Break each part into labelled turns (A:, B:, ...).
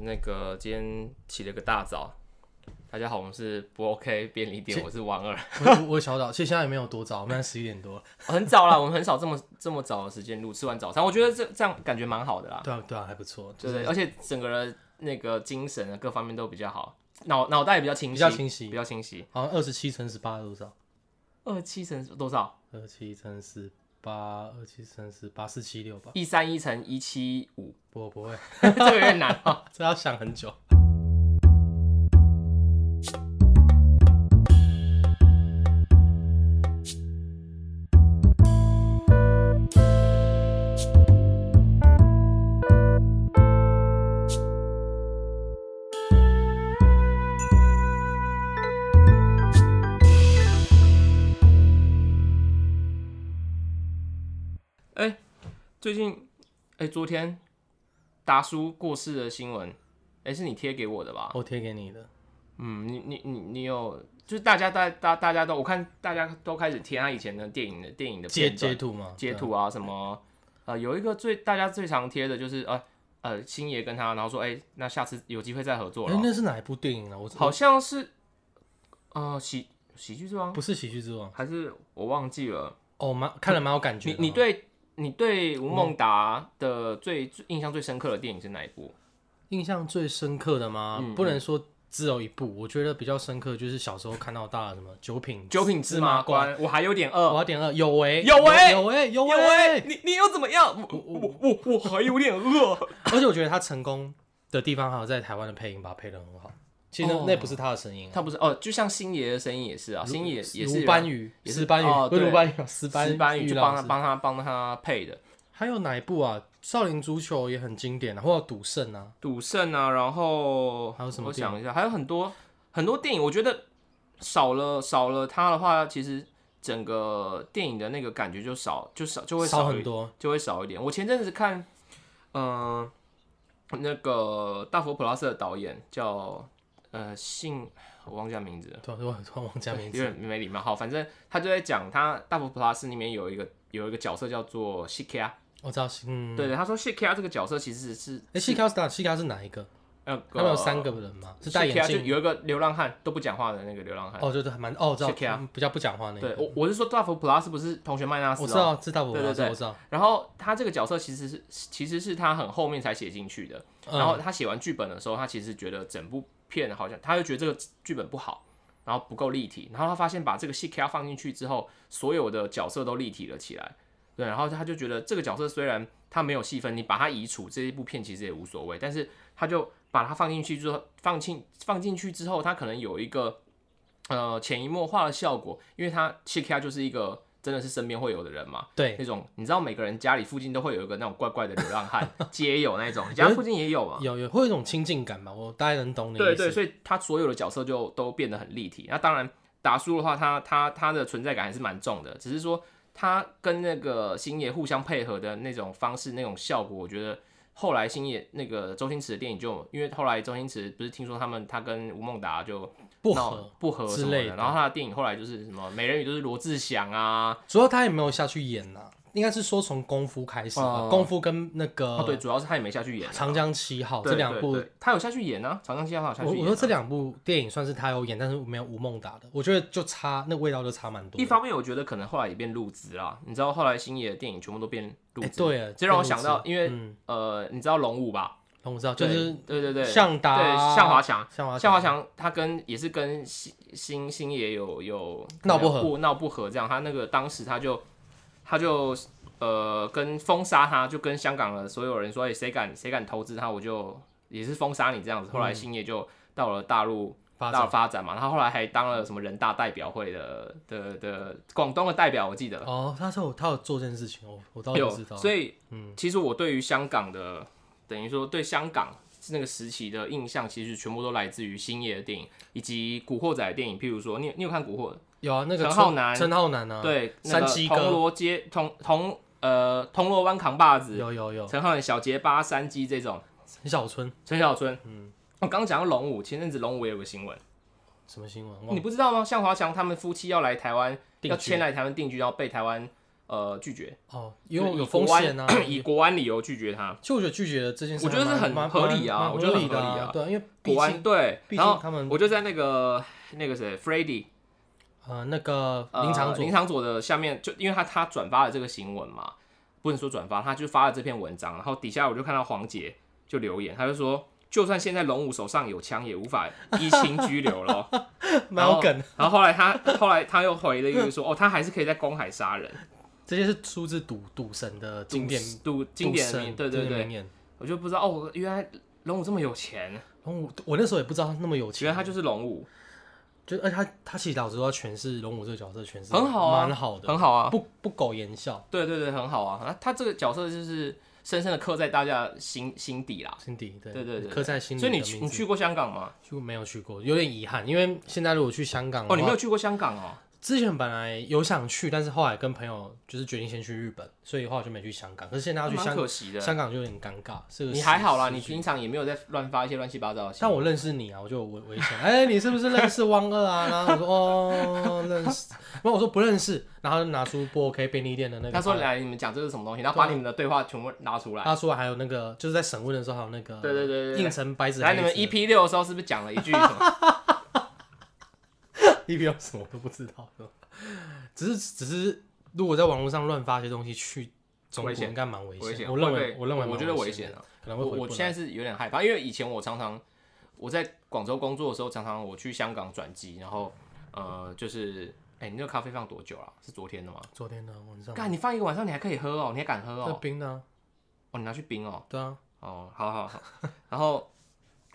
A: 那个今天起了个大早。大家好，我们是不 OK 便利店，我是王二、 哦
B: 我我小岛，其实现在也没有多早， 我们现在十一点多。
A: 很早啦，我们很少这么这么早的时间录，吃完早餐，我觉得这这样感觉蛮好的啦，
B: 对啊，对啊，还不错，
A: 对不
B: 就是
A: 对？而且整个人那个精神啊，各方面都比较好，脑脑袋也比较清晰，
B: 比较清晰
A: 比较清晰。
B: 好像二十七乘十八多少？
A: 二七乘多少？
B: 二七乘十八，二七乘十八，四七六吧？
A: 一三一乘一七五，
B: 不，不会，
A: 这个有点难哦、
B: 这要想很久。
A: 哎、最近哎、昨天达叔过世的新闻，哎、是你贴给我的吧？
B: 我贴给你的，
A: 嗯，你你你你有，就是大家大大大家都，我看大家都开始贴他以前的电影的电影的
B: 截
A: 片段
B: 截图嘛，
A: 截
B: 对啊。
A: 图啊，什么呃，有一个最大家最常贴的就是呃呃星爷跟他，然后说哎、那下次有机会再合作
B: 哎、
A: 了哦，
B: 那是哪一部电影啊？我
A: 好像是呃喜喜剧之王
B: 不是喜剧之王
A: 还是我忘记了。
B: 哦，蛮看了蛮有感觉嗯
A: 你你
B: 的哦
A: 对你对吴孟达的最最印象最深刻的电影是哪一部？
B: 印象最深刻的吗？
A: 嗯
B: 不能说只有一部，我觉得比较深刻就是小时候看到大的什么九品
A: 九品芝麻官，我还有点饿。
B: 我要点二有为
A: 有为
B: 有为有
A: 有喂，
B: 为，
A: 你你又怎么样？我我我我还有点饿。
B: 而且我觉得他成功的地方还有在台湾的配音把它配的很好，其实那
A: 哦
B: 那不是他的声音啊，
A: 他不是哦，就像星爷的声音也是啊，星爷也是
B: 卢班宇，
A: 也是
B: 石斑
A: 哦
B: 鱼，不是
A: 对
B: 卢班鱼，石
A: 石
B: 斑
A: 斑鱼就
B: 老
A: 帮他
B: 师
A: 帮他帮他配的
B: 还有哪一部啊？少林足球也很经典啊，或者赌圣啊，
A: 赌圣啊，然后
B: 还有什么
A: 我
B: 电
A: 想一下，还有很多很多电影，我觉得少了少了他的话，其实整个电影的那个感觉就少就少就会
B: 少
A: 一
B: 很多。
A: 就会少一点。我前阵子看，嗯、那个大佛普拉斯的导演叫呃姓，我忘记他名字了，
B: 突然突然啊突然忘记他名
A: 有
B: 字，
A: 点没礼貌。好，反正他就在讲他大佛普拉斯里面有一个有一个角色叫做 Shika，、
B: 我知道是嗯，
A: 对对，他说 Shika 这个角色其实是呃
B: 哎，西卡是哪？西卡是哪一个？
A: 那
B: 他
A: 个
B: 们有三个人吗？是戴
A: Shika
B: 眼
A: 就
B: 镜？
A: 有一个流浪汉都不讲话的那个流浪汉。
B: 哦，对对，还蛮哦，我知道，
A: Shika
B: 嗯比较不讲话那
A: 对
B: 个。
A: 我我是说大佛普拉斯不是同学麦纳斯、哦，
B: 我知道，知道我
A: 对对
B: 知道，
A: 对
B: 我知道。
A: 然后他这个角色其实是其实是他很后面才写进去的，
B: 嗯
A: 然后他写完剧本的时候，他其实觉得整部片好像他就觉得这个剧本不好，然后不够立体，然后他发现把这个戏 K 放进去之后，所有的角色都立体了起来，对，然后他就觉得这个角色虽然他没有戏份，你把它移除这一部片其实也无所谓，但是他就把它放进去之后，放进放进去之后，他可能有一个呃潜移默化的效果，因为他戏 K 就是一个真的是身边会有的人嘛。
B: 对，
A: 那种，你知道每个人家里附近都会有一个那种怪怪的流浪 汉，街友那种，你家附近也有嘛？
B: 有有会有一种亲近感吧，我大概能懂你的
A: 对
B: 意
A: 对，
B: 思。
A: 所以他所有的角色就都变得很立体。那当然，达叔的话，他他他的存在感还是蛮重的，只是说他跟那个星爷互相配合的那种方式、那种效果，我觉得后来星爷那个周星驰的电影就，因为后来周星驰不是听说他们他跟吴孟达就
B: 不
A: 闹
B: 合，
A: 不合
B: 之
A: 什么
B: 类的
A: 然后他的电影后来就是什么美人鱼都是罗志祥啊，
B: 主要他也没有下去演呐、应该是说从功夫开始吧，
A: 哦
B: 功夫跟那个、
A: 哦对，主要是他也没下去演啊、
B: 长江七号
A: 对
B: 这两
A: 对
B: 部，
A: 对他有下去演啊，《长江七号》他有下去
B: 我
A: 演啊、
B: 我说这两部电影算是他有演，但是没有吴孟达的，我觉得就差那味道就差蛮多
A: 一
B: 的。
A: 方面，我觉得可能后来也变入资啦。你知道后来星爷的电影全部都变入
B: 哎
A: 资，
B: 对耶
A: 这让我
B: 变入
A: 想到，
B: 资
A: 因为、
B: 嗯
A: 呃，你知道龙武吧？
B: 我知道，哦就是
A: 对对对，
B: 向达、
A: 对向华强，
B: 向华
A: 向华强他跟也是跟星星星爷有有
B: 闹不和
A: 闹不和这样。他那个当时他就他就呃跟封杀他，就跟香港的所有人说，哎、谁敢谁敢投资他，我就也是封杀你这样子。后
B: 嗯
A: 来星爷就到了大陆。
B: 发
A: 大
B: 展
A: 的发展嘛，然后后来还当了什么人大代表会的的的广东的代表，我记得
B: 哦，他是有他有做这件事情，我我倒
A: 有
B: 不知道。嗯
A: 所以其实我对于香港的，等于说对香港那个时期的印象，其实全部都来自于星爷的电影以及《古惑仔》的电影，譬如说你你有看《古惑》
B: 有啊，那个
A: 陈
B: 春
A: 浩南
B: 陈浩南啊，，
A: 对，那
B: 三
A: 个
B: 七哥
A: 铜锣街铜铜呃铜锣湾扛把子，
B: 有有有，
A: 陈浩南、小结巴、山鸡这种，
B: 陈小春
A: 陈小春，嗯，我刚讲到龙武，前阵子龙武也有个新闻。
B: 什么新闻？忘
A: 你
B: 了
A: 不知道吗？向华强他们夫妻要来台湾，啊
B: 定居
A: 要迁来台湾定居，然后被台湾呃拒绝，
B: 哦，因为
A: 就
B: 有
A: 以国
B: 风
A: 安
B: 险啊。
A: 以国安理由拒绝他。
B: 其实我觉得拒绝了这件事
A: 我
B: 还
A: 觉
B: 蛮，
A: 得是很
B: 蛮
A: 合理啊
B: 蛮
A: 我觉得很
B: 蛮合
A: 合
B: 理
A: 理
B: 啊
A: 啊，
B: 对啊，因为毕
A: 国安
B: 竟
A: 对，
B: 毕
A: 然
B: 竟
A: 后
B: 他们
A: 我就在那个那个谁 f r e d d y
B: 呃那个
A: 呃
B: 林场佐
A: 林场佐的下面，就因为他他转发了这个新闻嘛，不能说转发，他就发了这篇文章，然后底下我就看到黄杰就留言，他就说，就算现在龙武手上有枪，也无法依情拘留咯。
B: 蛮有梗，
A: 然后后来他后来他又回了一句说，哦，他还是可以在公海杀人，
B: 这些是出自赌赌神的经典
A: 赌经典的
B: 赌神
A: 名，对
B: 经
A: 对
B: 典名
A: 对，
B: 言。
A: 我就不知道哦，原来龙武这么有钱，
B: 然后我我那时候也不知道他那么有
A: 原来
B: 钱，
A: 他就是龙武，
B: 就而且他他其实老实说，诠释龙武这个角色诠释
A: 很好啊
B: 蛮好的，
A: 很好啊，
B: 不不苟言笑。
A: 对对对，很好啊，他他这个角色就是深深的刻在大家心心底啦。
B: 辛迪对
A: 对对对
B: 刻在心里
A: 所
B: 的
A: 以你
B: 名
A: 去
B: 字。
A: 你去过香港吗？
B: 就没有去过，有点遗憾，因为现在如果去香港的话，
A: 哦，你没有去过香港哦。
B: 之前本来有想去，但是后来跟朋友就是决定先去日本，所以后来就没去香港。可是现在要去
A: 哦蛮
B: 香
A: 可惜的。
B: 香港就有点尴尬，是个
A: 你还好啦，
B: 时
A: 你平常也没有在乱发一些乱七八糟的新
B: 像
A: 闻。
B: 我认识你啊，我就危危险。 哎、你是不是认识汪二啊？然后我说哦，认识。然后我说不认识，然后他就拿出不 OK 便利店的那个。
A: 他说：“来，你们讲这是什么东西？”然后
B: 啊
A: 把你们的对话全部拿出来。
B: 他说还有那个，就是在审问的时候还有那个，
A: 对对对对对
B: 印成白纸黑字
A: 来，你
B: 的。
A: 们 EP 六的时候是不是讲了一句什么？
B: 一 p 有什么我都不知道，只是只是如果在网络上乱发一些东西去中国，
A: 危险
B: 应该蛮危
A: 危险？
B: 我认
A: 会
B: 为
A: 被
B: 我认为
A: 我
B: 蛮
A: 觉得危
B: 危
A: 险
B: 的
A: 啊。
B: 可能会
A: 我
B: 回
A: 我
B: 不
A: 现在
B: 来。
A: 是有点害怕，因为以前我常常我在广州工作的时候，常常我去香港转机，然后呃，就是哎、你那个咖啡放多久啊？是昨天的吗？
B: 昨天呢晚上，
A: 干，你放一个晚上你还可以喝哦，你还敢喝
B: 这
A: 哦？
B: 冰的啊，
A: 哦，你拿去冰哦。
B: 对啊，
A: 哦，好好 好。然后，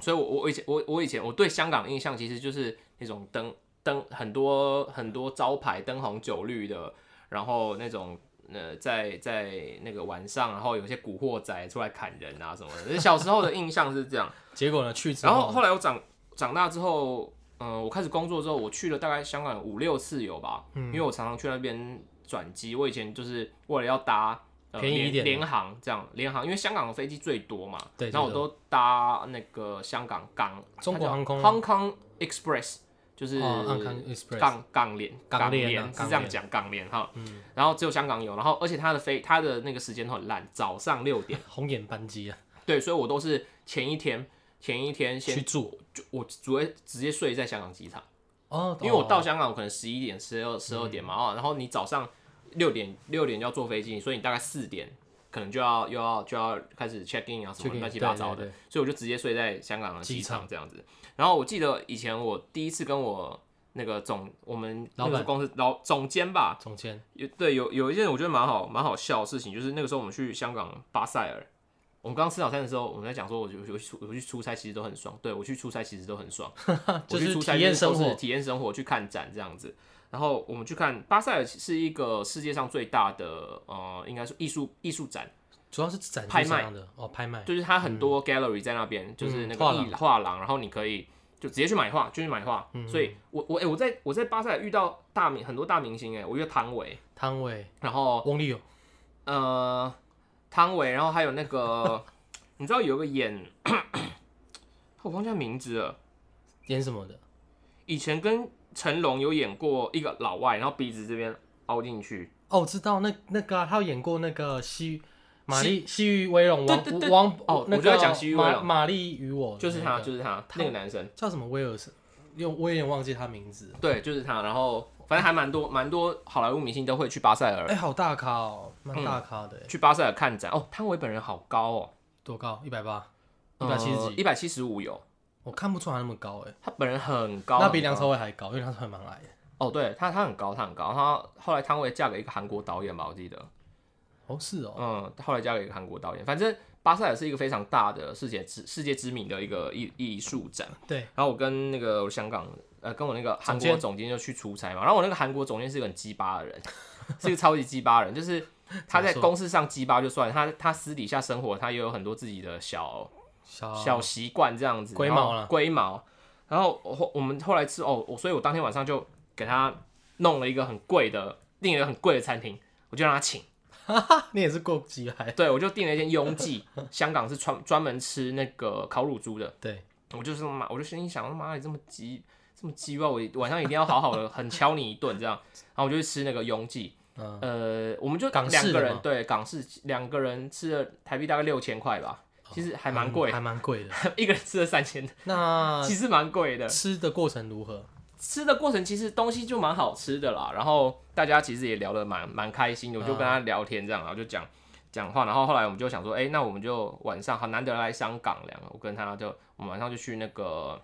A: 所以我我我以前我我以前我对香港印象其实就是那种灯灯很多很多招牌灯红酒绿的，然后那种呃在在那个晚上，然后有些古惑仔出来砍人啊什么的。就是小时候的印象是这样。
B: 结果呢去之
A: 然后后来我长长大之后，嗯、我开始工作之后，我去了大概香港有五六次有吧，
B: 嗯
A: 因为我常常去那边转机。我以前就是为了要搭、呃、
B: 便宜一点的
A: 联联航这样，联航因为香港的飞机最多嘛，
B: 对
A: 然后我
B: 最多
A: 都搭那个香港港
B: 中国航空啊
A: Hong Kong Express，就是
B: 哦，Hong Kong Express
A: 港港联
B: 港联啊
A: 联是
B: 港
A: 这样
B: 联嗯
A: 讲港联哈，然后只有香港有，然后而且它的飞它的那个时间都很烂，早上六点，
B: 红眼班机啊
A: 对，所以我都是前一天前一天先
B: 去住
A: 就我主要直接睡在香港机场，
B: 哦，嗯
A: 因为我
B: 哦
A: 到香港我可能十一点、十二、十二点嘛，哦，然后你早上六点六点就要坐飞机，所以你大概四点可能就要又要就要开始 check in 啊什
B: check
A: 么
B: in，
A: 乱七八糟
B: 对
A: 的
B: 对，
A: 所以我就直接睡在香港的机
B: 机
A: 场这样子。然后我记得以前我第一次跟我那个总我们
B: 老板
A: 那个公司老总监吧，
B: 总监
A: 有对有有一件我觉得蛮好蛮好笑的事情，就是那个时候我们去香港巴塞尔，我们刚吃早餐的时候，我们在讲说我去，我我去出我去出差其实都很爽，对我去出差其实都很爽，我
B: 就是
A: 去出差
B: 体验生
A: 都是
B: 活
A: 体验生活，去看展这样子。然后我们去看巴塞尔是一个世界上最大的呃，应该说艺术艺术展，
B: 主要是展示
A: 拍
B: 什
A: 卖
B: 么样的哦，拍卖
A: 就是它很多 gallery 在那边，就是那
B: 嗯画
A: 个
B: 廊嗯
A: 艺画廊，然后你可以就直接去买画，就去买画。所以我我哎、我在我在巴塞尔遇到大明很多大明星哎、我遇到汤唯，
B: 摊位，
A: 然后
B: 翁立友
A: 呃，汤唯，然后还有那个， 你知道有个演， 我忘记他名字了，
B: 演什么的，
A: 以前跟成龙有演过一个老外，然后鼻子这边凹进去，
B: 哦，我知道那那个啊他有演过那个西。玛丽《西域威龙》
A: 对
B: 王
A: 对对
B: 王
A: 哦
B: 那
A: 我就在
B: 个
A: 讲西域威
B: 玛
A: 龙
B: 玛丽与我的
A: 就是
B: 哦那
A: 他，
B: 个
A: 就是他，那个男生，
B: 叫什么威尔森，因为我有点忘记他名字。
A: 对，就是他。然后反正还蛮多蛮多好莱坞明星都会去巴塞尔，
B: 哎，好大咖哦，
A: 嗯
B: 蛮大咖的哎，
A: 去巴塞尔看展。哦，汤唯本人好高哦，
B: 多高？一百八，一百七十几，
A: 呃一百七十五有，
B: 我看不出来那么高哎，
A: 他本人很高，
B: 那比梁
A: 很高
B: 朝伟还高，因为梁朝伟蛮矮的。
A: 哦，对他他很高，他很高。他后来汤唯嫁给一个韩国导演吧，我记得。
B: 哦，是哦，
A: 嗯，后来交给一个韩国导演。反正巴塞尔是一个非常大的世界知世界知名的一个艺艺术展。
B: 对，
A: 然后我跟那个香港呃，跟我那个韩
B: 总监
A: 国总监就去出差嘛。然后我那个韩国总监是个很鸡巴的人， 是一个超级鸡巴的人，就是他在
B: 怎么说
A: 公事上鸡巴就算了，他他私底下生活他也有很多自己的小
B: 小
A: 小习惯这样子，
B: 哦龟
A: 然后
B: 毛啦
A: 龟毛。然后我后我们后来吃哦，我所以我当天晚上就给他弄了一个很贵的，订了一个很贵的餐厅，我就让他请。
B: 你也是够急还
A: 对，我就订了一间拥记，香港是专专门吃那个烤乳猪的。
B: 对，
A: 我就是妈，我就心里想，妈，你这么急，这么急吧，我晚上一定要好好的狠敲你一顿这样。然后我就去吃那个拥记，
B: 嗯，
A: 呃，我们就
B: 港式
A: 两个
B: 的
A: 人
B: 吗
A: 对港式两个人吃了台币大概六千块吧，其实还蛮贵
B: 嗯，还蛮贵的。
A: 一个人吃了三千，
B: 那
A: 其实蛮贵的。
B: 吃的过程如何？
A: 吃的过程其实东西就蛮好吃的啦，然后大家其实也聊得蛮蛮开心的，我就跟他聊天这样，然后就讲讲话，然后后来我们就想说，哎、那我们就晚上好难得来香港两个，我跟他就我们晚上就去那个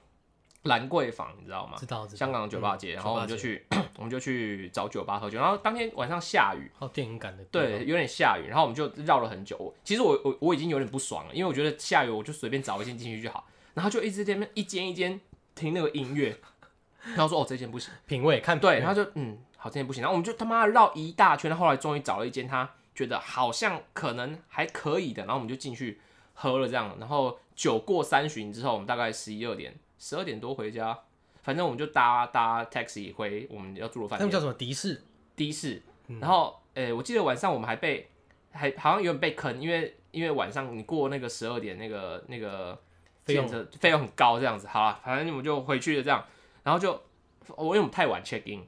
A: 兰桂坊，你知道吗？
B: 知道知道。
A: 香港的酒吧
B: 嗯
A: 街，然后我们就，去 我们就去找酒吧喝酒，然后当天晚上下雨，
B: 好电影感的地方。
A: 对，有点下雨，然后我们就绕了很久。我其实我我我已经有点不爽了，因为我觉得下雨我就随便找一间进去就好，然后就一直在那边一间一间听那个音乐， 然后说哦这间不行，
B: 品味看
A: 对，
B: 品
A: 然后就嗯好这间不行，然后我们就他妈绕一大圈，后来终于找了一间他觉得好像可能还可以的，然后我们就进去喝了这样，然后酒过三巡之后，我们大概十一二点十二点多回家，反正我们就搭搭 taxi 回我们要住的饭
B: 味，
A: 店
B: 他们。叫什么迪士？
A: 的士，
B: 嗯
A: 然后诶、呃我记得晚上我们还被还好像有点被坑，因为因为晚上你过那个十二点那个那个
B: 费用
A: 计程车费用很高这样子，好了，反正我们就回去了这样，然后就我因为我们太晚 check in，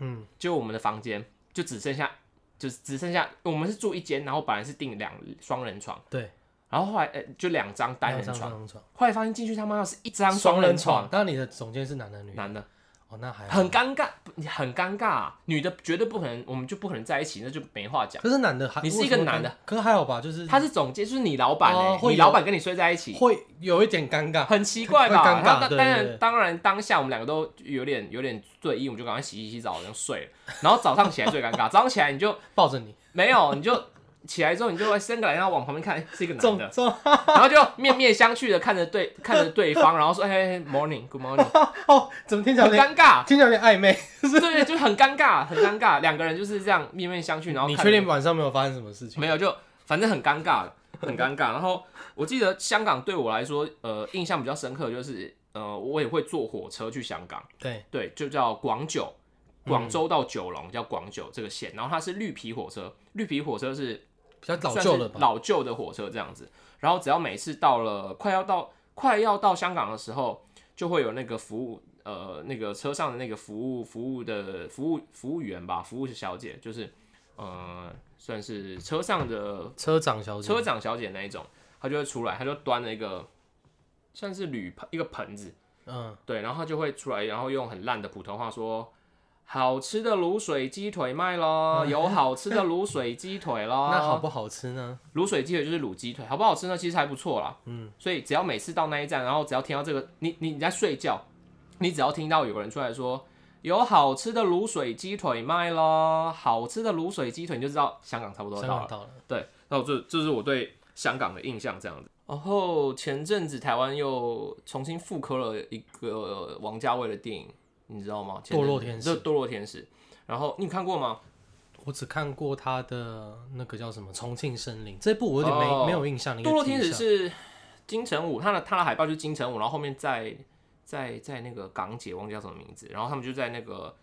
B: 嗯，
A: 就我们的房间就只剩下就是只剩下我们是住一间，然后本来是订两双人床，
B: 对，
A: 然后后来、呃就两张单人
B: 两张
A: 床，
B: 双人床，
A: 后来发现进去他妈的是一张
B: 双
A: 双
B: 人
A: 人床，。
B: 当然你的总监是男的女的？
A: 男的。
B: 哦，那还好
A: 很。尴尬，不很尴尬、啊，女的绝对不可能，我们就不可能在一起，那就没话讲。
B: 可是男的还
A: 你是一个男的，
B: 可是还好吧，就是
A: 他是总监，就是你老板欸
B: 哦会
A: 你
B: 有
A: 老板跟你睡在一起，
B: 会有一点尴尬。
A: 很奇怪吧？
B: 会尴尬
A: 然后当
B: 对
A: 当
B: 对
A: 然
B: 对
A: 当然当下我们两个都有点有点醉意，我们就赶快洗一洗澡，然后睡了。然后早上起来最尴尬，早上起来你就
B: 抱着你，
A: 没有，你就起来之后你就伸个懒腰往旁边看，哎是一个男
B: 中
A: 的，
B: 中，
A: 然后就面面相觑的看着对看着对方，然后说哎，morning，good morning，
B: 哦，怎么听起来
A: 很
B: 有
A: 尴
B: 点
A: 尬，
B: 听起来有点暧昧？
A: 对，就很尴尬，很尴尬，两个人就是这样面面相觑，然后
B: 你
A: 看
B: 确
A: 着
B: 定晚上没有发生什么事情？
A: 没有，就反正很尴尬，很尴尬。然后我记得香港对我来说，呃，印象比较深刻的就是，呃，我也会坐火车去香港，
B: 对，
A: 对，就叫广九，
B: 嗯
A: 广州到九龙、叫广九这个线，然后它是绿皮火车，绿皮火车是
B: 比较老
A: 算
B: 旧
A: 是
B: 了吧？
A: 老旧的火车这样子。然后只要每次到了快要到快要到香港的时候，就会有那个服务，呃，那个车上的那个服务服务的服务服务员吧，服务小姐就是，呃，算是车上的
B: 车长小姐，
A: 车长小姐那一种，她就会出来，她就端了一个算是铝盆一个盆子，
B: 嗯，
A: 对，然后她就会出来，然后用很烂的普通话说。好吃的卤水鸡腿卖咯，有好吃的卤水鸡腿咯。
B: 嗯 那好不好吃呢？
A: 卤水鸡腿就是卤鸡腿，好不好吃呢？其实还不错啦。嗯，所以只要每次到那一站，然后只要听到这个，你你你在睡觉，你只要听到有人出来说有好吃的卤水鸡腿卖咯，好吃的卤水鸡腿，你就知道香港差不多
B: 香
A: 到
B: 港
A: 了。
B: 到了，
A: 对，然后这这是我对香港的印象这样子。然后前阵子台湾又重新复刻了一个王家卫的电影，你知道吗？前阵子
B: 堕落天使
A: 就堕落天使。然后你有看过吗？
B: 我只看过他的那个叫什么《重庆森林》这部，我有点
A: 哦
B: 没没有印象。你可
A: 堕
B: 以
A: 落
B: 提一
A: 天使
B: 下
A: 是金城武，他的他的海报就是金城武，然后后面在在在那个港姐忘记叫什么名字，然后他们就在那个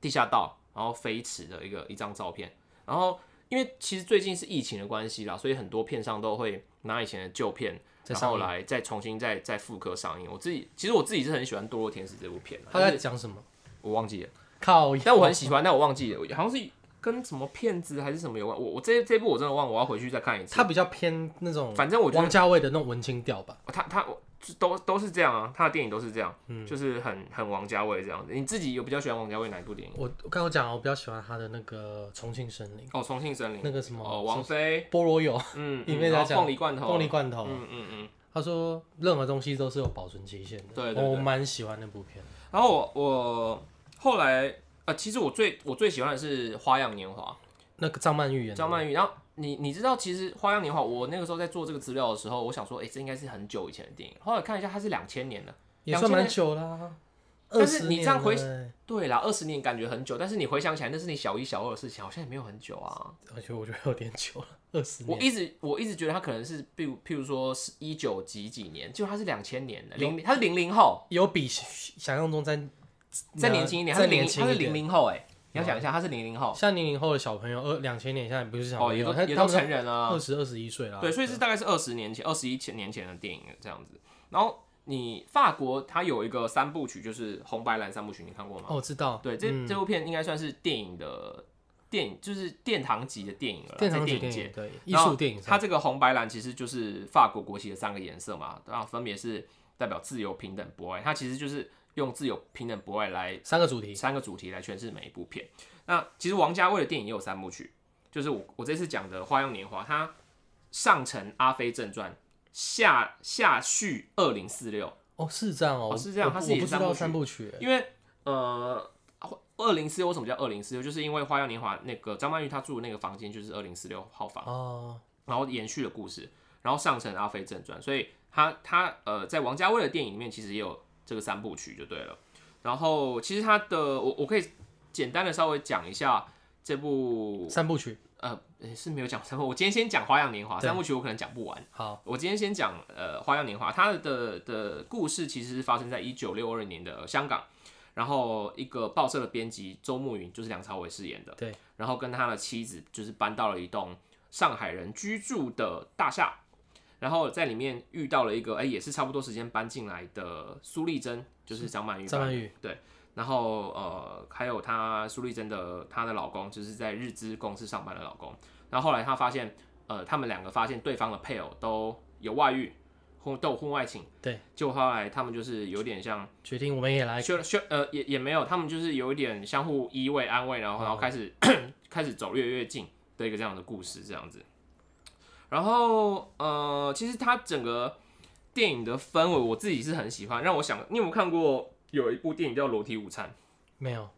A: 地下道，然后飞驰的一个一张照片。然后因为其实最近是疫情的关系啦，所以很多片商都会拿以前的旧片，
B: 再
A: 然
B: 上
A: 后
B: 映
A: 来再重新再再复刻上映。我自己其实我自己是很喜欢《堕落天使》这部片啦，
B: 他
A: 但
B: 在
A: 是
B: 讲什么？
A: 我忘记了，
B: 靠腰，
A: 但我很喜欢，但我忘记了，好像是跟什么骗子还是什么有关。我我这这部我真的忘了，我要回去再看一次。
B: 他比较偏那种，
A: 反正我觉得
B: 王家卫的那种文青调吧。
A: 他他都都是这样啊，他的电影都是这样，
B: 嗯
A: 就是很很王家卫这样子。你自己有比较喜欢王家卫哪一部电影？
B: 我我刚刚讲了，我比较喜欢他的那个《重庆森林》
A: 哦，《重庆森林》
B: 那个什么
A: 哦，王菲，
B: 菠萝油、
A: 嗯，
B: 里
A: 嗯
B: 面在
A: 然后
B: 讲
A: 凤梨罐头，
B: 凤梨罐头。
A: 嗯嗯嗯。
B: 他说任何东西都是有保存期限的。哦
A: 对对对
B: 我蛮喜欢那部片。
A: 然后我我后来呃，其实我最我最喜欢的是《花样年华
B: 那个张曼玉》演的
A: 张曼玉。然后你你知道，其实《花样年华》，我那个时候在做这个资料的时候，我想说，哎、这应该是很久以前的电影。后来看一下，它是两千年的。
B: 也算蛮久啦，
A: 但是你
B: 20
A: 这样回
B: 年了欸
A: 对啦，二十年感觉很久，但是你回想起来，那是你小一、小二的事情，好像也没有很久啊。
B: 而且我觉得有点久了，二十
A: 我
B: 年。
A: 一直我一直觉得他可能是，譬如譬如说是一九几几年，就他是两千年的零，他是零零后，
B: 有比想象中再
A: 再年轻一点，他
B: 再
A: 是零
B: 年
A: 他
B: 轻
A: 是
B: 一
A: 零
B: 点。
A: 零后哎，你要想一下，他是零零后，
B: 像零零后的小朋友，二两千年现在不是小
A: 哦，
B: 朋
A: 也
B: 友，
A: 都
B: 他
A: 也
B: 他
A: 都
B: 们
A: 成人啊
B: 二，十二十一岁啦。
A: 对，所以是大概是二十年前、二十一前年前的电影了这样子。然后你法国它有一个三
B: 哦
A: 部曲，就是红白蓝三部曲，你看过吗？
B: 哦，我知道，
A: 对，这这部片应该算是电影的电影就是殿堂级的电影了啦，
B: 殿堂
A: 在
B: 级
A: 电
B: 电
A: 影界
B: 影，对艺
A: 然后
B: 术电影上，
A: 它这个红白蓝其实就是法国国旗的三个颜色嘛，然后分别是代表自由、平等、博爱。它其实就是用自由、平等、博爱来
B: 三个主题，
A: 三个主题来诠释每一部片。那其实王家卫的电影也有三部曲，就是我我这次讲的《花样年华》，它上承《阿飞正传》，下下续《二零四六》，
B: 哦，是这样哦，
A: 哦
B: 我
A: 是这样
B: 我
A: 它是
B: 我
A: 也
B: 不
A: 是
B: 知
A: 三部
B: 道
A: 曲
B: 三部曲，
A: 因为呃，二零四六为什么叫二零四六？就是因为《花样年华》那个张曼玉她住的那个房间就是二零四六号房。
B: 哦，
A: 然后延续了故事，然后上承《阿飞正传》，所以他他呃，在王家卫的电影里面其实也有这个三部曲就对了。然后其实他的我我可以简单的稍微讲一下这部
B: 三部曲，
A: 呃诶是没有讲三部，我今天先讲《花样年华》三部曲，我可能讲不完。
B: 好，
A: 我今天先讲呃《花样年华》，它的的故事其实是发生在一九六二年的香港，然后一个报社的编辑周慕云就是梁朝伟饰演的，
B: 对，
A: 然后跟他的妻子就是搬到了一栋上海人居住的大厦，然后在里面遇到了一个哎、也是差不多时间搬进来的苏丽珍，就是张曼玉，
B: 张曼玉，
A: 然后呃，还有她苏丽珍的她的老公，就是在日资公司上班的老公。然后后来她发现，呃，他们两个发现对方的配偶都有外遇，婚都有婚外情。
B: 对，
A: 就后来他们就是有点像
B: 决定我们也来，
A: 修修呃也也没有，他们就是有一点相互依偎安慰，然后然后开始、 开始走越来越近的一个这样的故事，这样子。然后呃，其实它整个电影的氛围我自己是很喜欢，让我想，你有没有看过有一部电影叫《裸体午餐》？
B: 没有，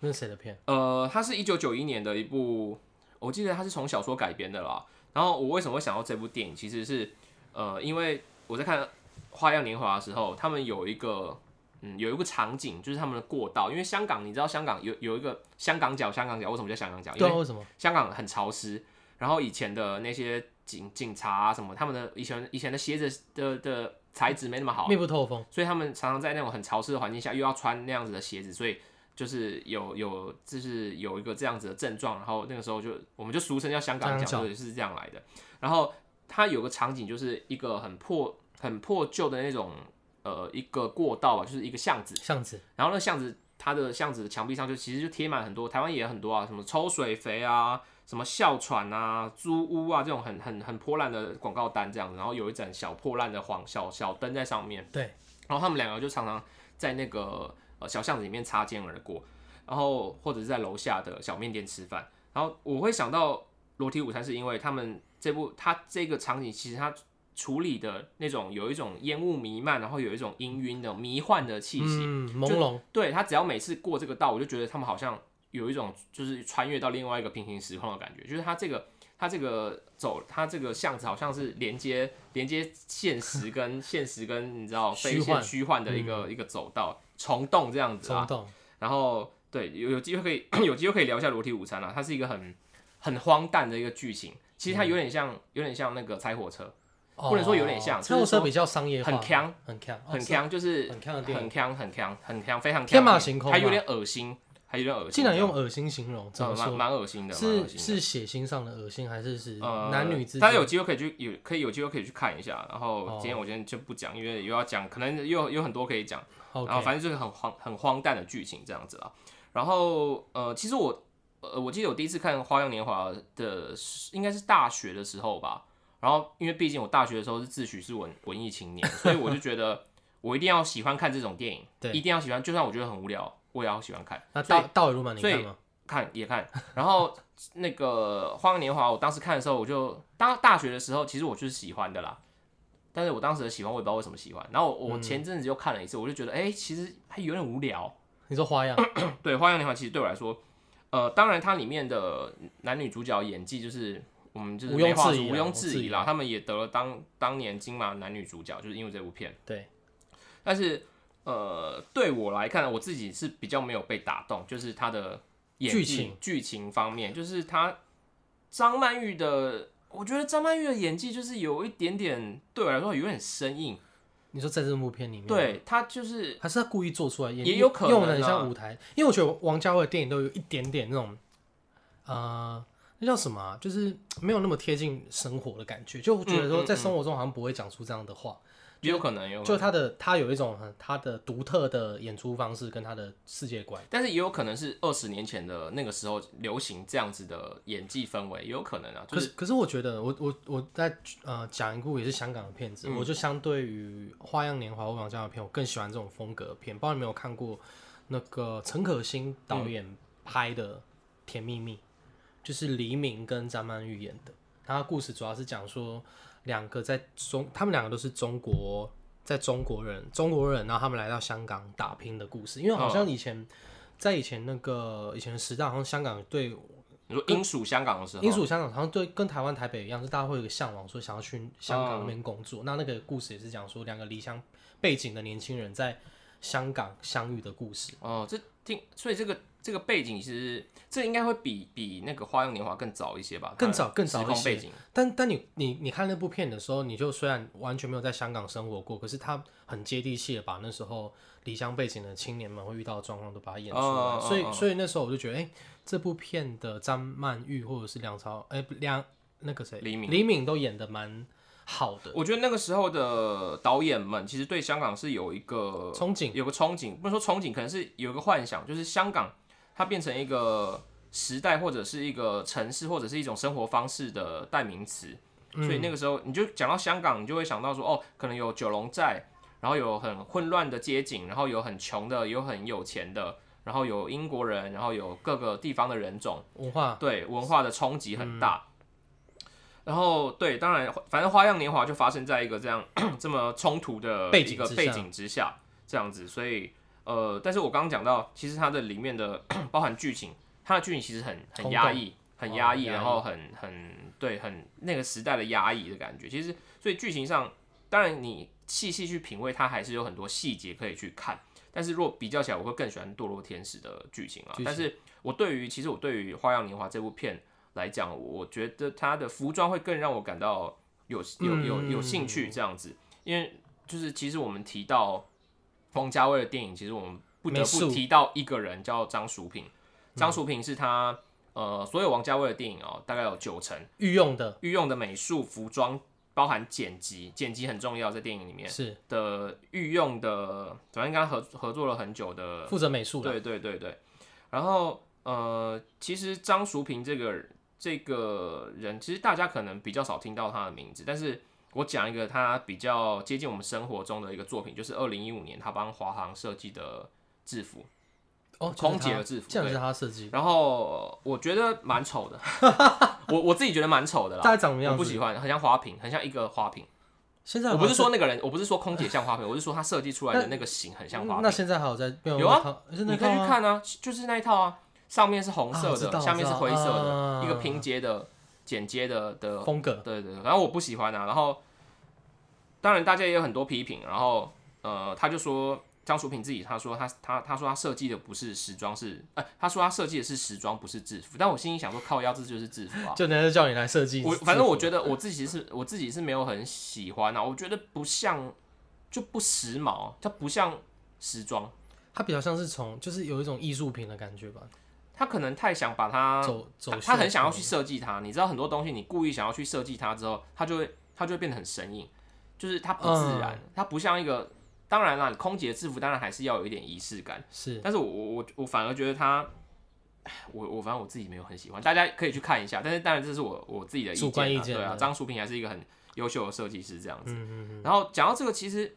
B: 那是谁的片？
A: 呃，它是一九九一年的一部，我记得它是从小说改编的啦。然后我为什么会想到这部电影，其实是呃，因为我在看《花样年华》的时候，他们有一个嗯有一个场景，就是他们的过道，因为香港你知道香港有有一个香港脚，香港脚为什么叫香港脚？因
B: 对啊，
A: 为
B: 为什么？
A: 香港很潮湿，然后以前的那些警警察啊什么，他们的以前以前的鞋子的的材质没那么好，
B: 密不透风，
A: 所以他们常常在那种很潮湿的环境下，又要穿那样子的鞋子，所以就是有有就是有一个这样子的症状，然后那个时候就我们就俗称叫香港
B: 香港
A: 脚，
B: 脚
A: 对，是这样来的。然后它有个场景就是一个很破很破旧的那种呃一个过道吧，就是一个巷子，
B: 巷子，
A: 然后那个巷子它的巷子的墙壁上就其实就贴满很多，台湾也有很多啊，什么抽水肥啊，什么哮喘啊、租屋啊这种很很很破烂的广告单这样子，然后有一盏小破烂的黄小小灯在上面。
B: 对，
A: 然后他们两个就常常在那个呃小巷子里面擦肩而过，然后或者是在楼下的小面店吃饭。然后我会想到《裸体午餐》，是因为他们这部他这个场景其实他处理的那种有一种烟雾弥漫，然后有一种氤氲的迷幻的气息。
B: 嗯，朦胧，
A: 对他只要每次过这个道，我就觉得他们好像有一种就是穿越到另外一个平行时空的感觉，就是他这个他这个走他这个巷子好像是连接连接现实跟 现实跟你知道非
B: 虚
A: 现
B: 幻嗯
A: 虚幻的一个、一个走道虫洞这样子
B: 冲
A: 啊。
B: 动，
A: 然后对有有机会可以 有机会可以聊一下裸体午餐啊，它是一个很很荒诞的一个剧情，其实它有点像、有点像那个拆火车，
B: 哦
A: 不能说有点像
B: 超
A: 就是说
B: 车比较商业化，
A: 很强，
B: 很强，哦
A: 很
B: 是啊
A: 强就是
B: 很强的电
A: 很
B: 影，
A: 强很强很强非常
B: 天马
A: 强的
B: 行空
A: 还有
B: 嘛
A: 点恶心，还有点恶心，
B: 竟然用恶心形容，怎
A: 呃
B: 么
A: 蛮
B: 说？
A: 蛮恶心的，蛮恶
B: 是
A: 心的
B: 是血腥上的恶心，还是是
A: 呃
B: 男女之
A: 大家有
B: 间？
A: 机会
B: 哦
A: 可以去有可以有机会可以去看一下。然后今天我今天就不讲，因为又要讲，可能又有很多可以讲。然后
B: OK，
A: 反正就是很荒很荒诞的剧情这样子啦。然后呃，其实我呃我记得我第一次看《花样年华》的是应该是大学的时候吧。然后因为毕竟我大学的时候是自诩是文文艺青年， 所以我就觉得我一定要喜欢看这种电影，
B: 对
A: 一定要喜欢，就算我觉得很无聊，我也要喜欢看。
B: 那
A: 所以
B: 倒倒尾如马你
A: 所以
B: 看吗？
A: 看也看，然后那个《花样年华》，我当时看的时候，我就当大学的时候，其实我就是喜欢的啦。但是我当时的喜欢，我也不知道为什么喜欢。然后
B: 嗯
A: 我我前阵子又看了一次，我就觉得，哎、其实还有点无聊。嗯
B: 你说花样，
A: 对，《花样年华》其实对我来说，呃，当然它里面的男女主角演技就是我们就是
B: 毋庸
A: 没话
B: 置
A: 说
B: 疑
A: 毋
B: 啦
A: 庸
B: 毋
A: 置
B: 置
A: 疑
B: 疑
A: 啦。他们也得了当当年金马男女主角，就是因为这部片。
B: 对，
A: 但是呃，对我来看，我自己是比较没有被打动，就是他的演技
B: 剧情
A: 剧情方面，就是他张曼玉的，我觉得张曼玉的演技就是有一点点对我来说有点生硬，
B: 你说在这部片里面，，
A: 对他就是
B: 还是他故意做出来，演
A: 也有可能啊
B: 用的很像舞台，因为我觉得王家卫的电影都有一点点那种，呃，那叫什么啊、就是没有那么贴近生活的感觉，就觉得说在生活中好像不会讲出这样的话，
A: 也有可能，也嗯有可
B: 就
A: 能，
B: 他的他有一种很他的独特的演出方式跟他的世界观，
A: 但是也有可能是二十年前的那个时候流行这样子的演技氛围，也有可能啊，就
B: 可
A: 是
B: 是可是我觉得我我我在呃讲一部也是香港的片子，我就相对
A: 嗯
B: 于《花样年华》或王家的片，我更喜欢这种风格片。不知道你有没有看过那个陈可辛导演拍的《甜蜜蜜》，就是黎明跟张曼玉演的。他的故事主要是讲说两个在中，他们两个都是中国，在中国人中国人，然后他们来到香港打拼的故事。因为好像以前、在以前那个以前的时代，好像香港对
A: 你说英属香港的时候，
B: 英属香港好像对跟台湾台北一样，就大家会有一个向往，说想要去香港那边工作。那那个故事也是讲说两个离乡背景的年轻人在香港相遇的故事。
A: 哦，这听，所以这个这个背景其实这应该会比比那个《花样年华》更早一些吧，它的
B: 更早更早
A: 时
B: 一
A: 空
B: 些
A: 背景，
B: 但但你你你看那部片的时候，你就虽然完全没有在香港生活过，可是他很接地气的把那时候离乡背景的青年们会遇到的状况都把它演出来。
A: 哦哦
B: 所以
A: 哦
B: 所以那时候我就觉得，哎、这部片的张曼玉或者是梁朝，哎、不梁那个谁
A: 黎明
B: 黎明都演的蛮好的，
A: 我觉得那个时候的导演们其实对香港是有一个
B: 憧憬。
A: 有个憧憬，不能说憧憬，可能是有一个幻想，就是香港它变成一个时代或者是一个城市或者是一种生活方式的代名词。所以那个时候你就讲到香港，你就会想到说，哦，可能有九龙寨，然后有很混乱的街景，然后有很穷的，有很有钱的，然后有英国人，然后有各个地方的人种。
B: 文化嗯
A: 对文化的冲击很大。然后对，当然，反正《花样年华》就发生在一个这样 这么冲突的
B: 背
A: 一
B: 景
A: 个
B: 之
A: 背
B: 下
A: 景之下，这样子，所以呃，但是我刚刚讲到，其实它的里面的 包含剧情，它的剧情其实很很
B: 空
A: 压
B: 洞
A: 抑，很
B: 哦
A: 压抑，
B: 压
A: 然
B: 抑
A: 后很很对，很那个时代的压抑的感觉。其实，所以剧情上，当然你细细去品味，它还是有很多细节可以去看。但是若比较起来，我会更喜欢《堕落天使》的剧情啊。
B: 剧情
A: 但是我对于其实我对于《花样年华》这部片来讲，我觉得它的服装会更让我感到有有
B: 嗯
A: 有有兴趣这样子，因为就是其实我们提到王家卫的电影，其实我们不得
B: 美
A: 不
B: 术
A: 提到一个人叫张淑平。张淑平是他呃所有王家卫的电影哦，大概有九成
B: 御用的
A: 御用的美术、服装，包含剪辑，剪辑很重要，在电影里面
B: 是
A: 的御用的，反正跟他合合作了很久的
B: 负责美术的，
A: 呃对对对对。然后呃，其实张淑平这个这个人，其实大家可能比较少听到他的名字，但是我讲一个他比较接近我们生活中的一个作品，
B: 嗯
A: 就是二零一五年他帮华航设计的制服，
B: 哦，
A: 空
B: 就是
A: 姐
B: 他
A: 的制服
B: 这样啊
A: 对
B: 是他设计，
A: 然后我觉得蛮丑的， 我我自己觉得蛮丑的
B: 大
A: 啦。
B: 概长什么
A: 我
B: 样
A: 不
B: 子？
A: 喜欢，很像花瓶，很像一个花瓶。
B: 现在
A: 我
B: 好
A: 不是
B: 像
A: 说那个人，我不是说空姐像花瓶，我是说他设计出来的那个形很像花瓶
B: 嗯那。现在还有在
A: 有啊
B: 套，是
A: 你
B: 那
A: 可以去
B: 套吗
A: 看啊，就是那一套啊，上面是红
B: 啊
A: 色
B: 我知
A: 的，
B: 道
A: 下面是灰色
B: 我知
A: 的，
B: 道啊
A: 一个拼接的、剪接的的，
B: 风格，
A: 对对对，然后我不喜欢啊，然后当然大家也有很多批评，然后呃，他就说张淑平自己，他说他他他说他设计的不是时装是，呃，他说他设计的是时装不是制服，但我心里想说靠腰这就是制服啊，
B: 就人家叫你来设计制服。
A: 我反正我觉得我自己是我自己是没有很喜欢啊，我觉得不像就不时髦，它不像时装，
B: 它比较像是从，就是有一种艺术品的感觉吧，
A: 他可能太想把它
B: 走走
A: 啊他
B: 秀
A: 他很想要去设计它，你知道很多东西，你故意想要去设计它之后，它就会它就会变得很生硬，就是它不自然，
B: 嗯
A: 它不像一个。当然啦，空姐制服当然还是要有一点仪式感，
B: 是
A: 但是我我我我反而觉得它，我我反正我自己没有很喜欢，大家可以去看一下。但是当然这是我我自己的意见、啊，
B: 主观意见
A: 对啊，
B: 对
A: 张淑平还是一个很优秀的设计师这样
B: 嗯
A: 子。然后讲到这个，其实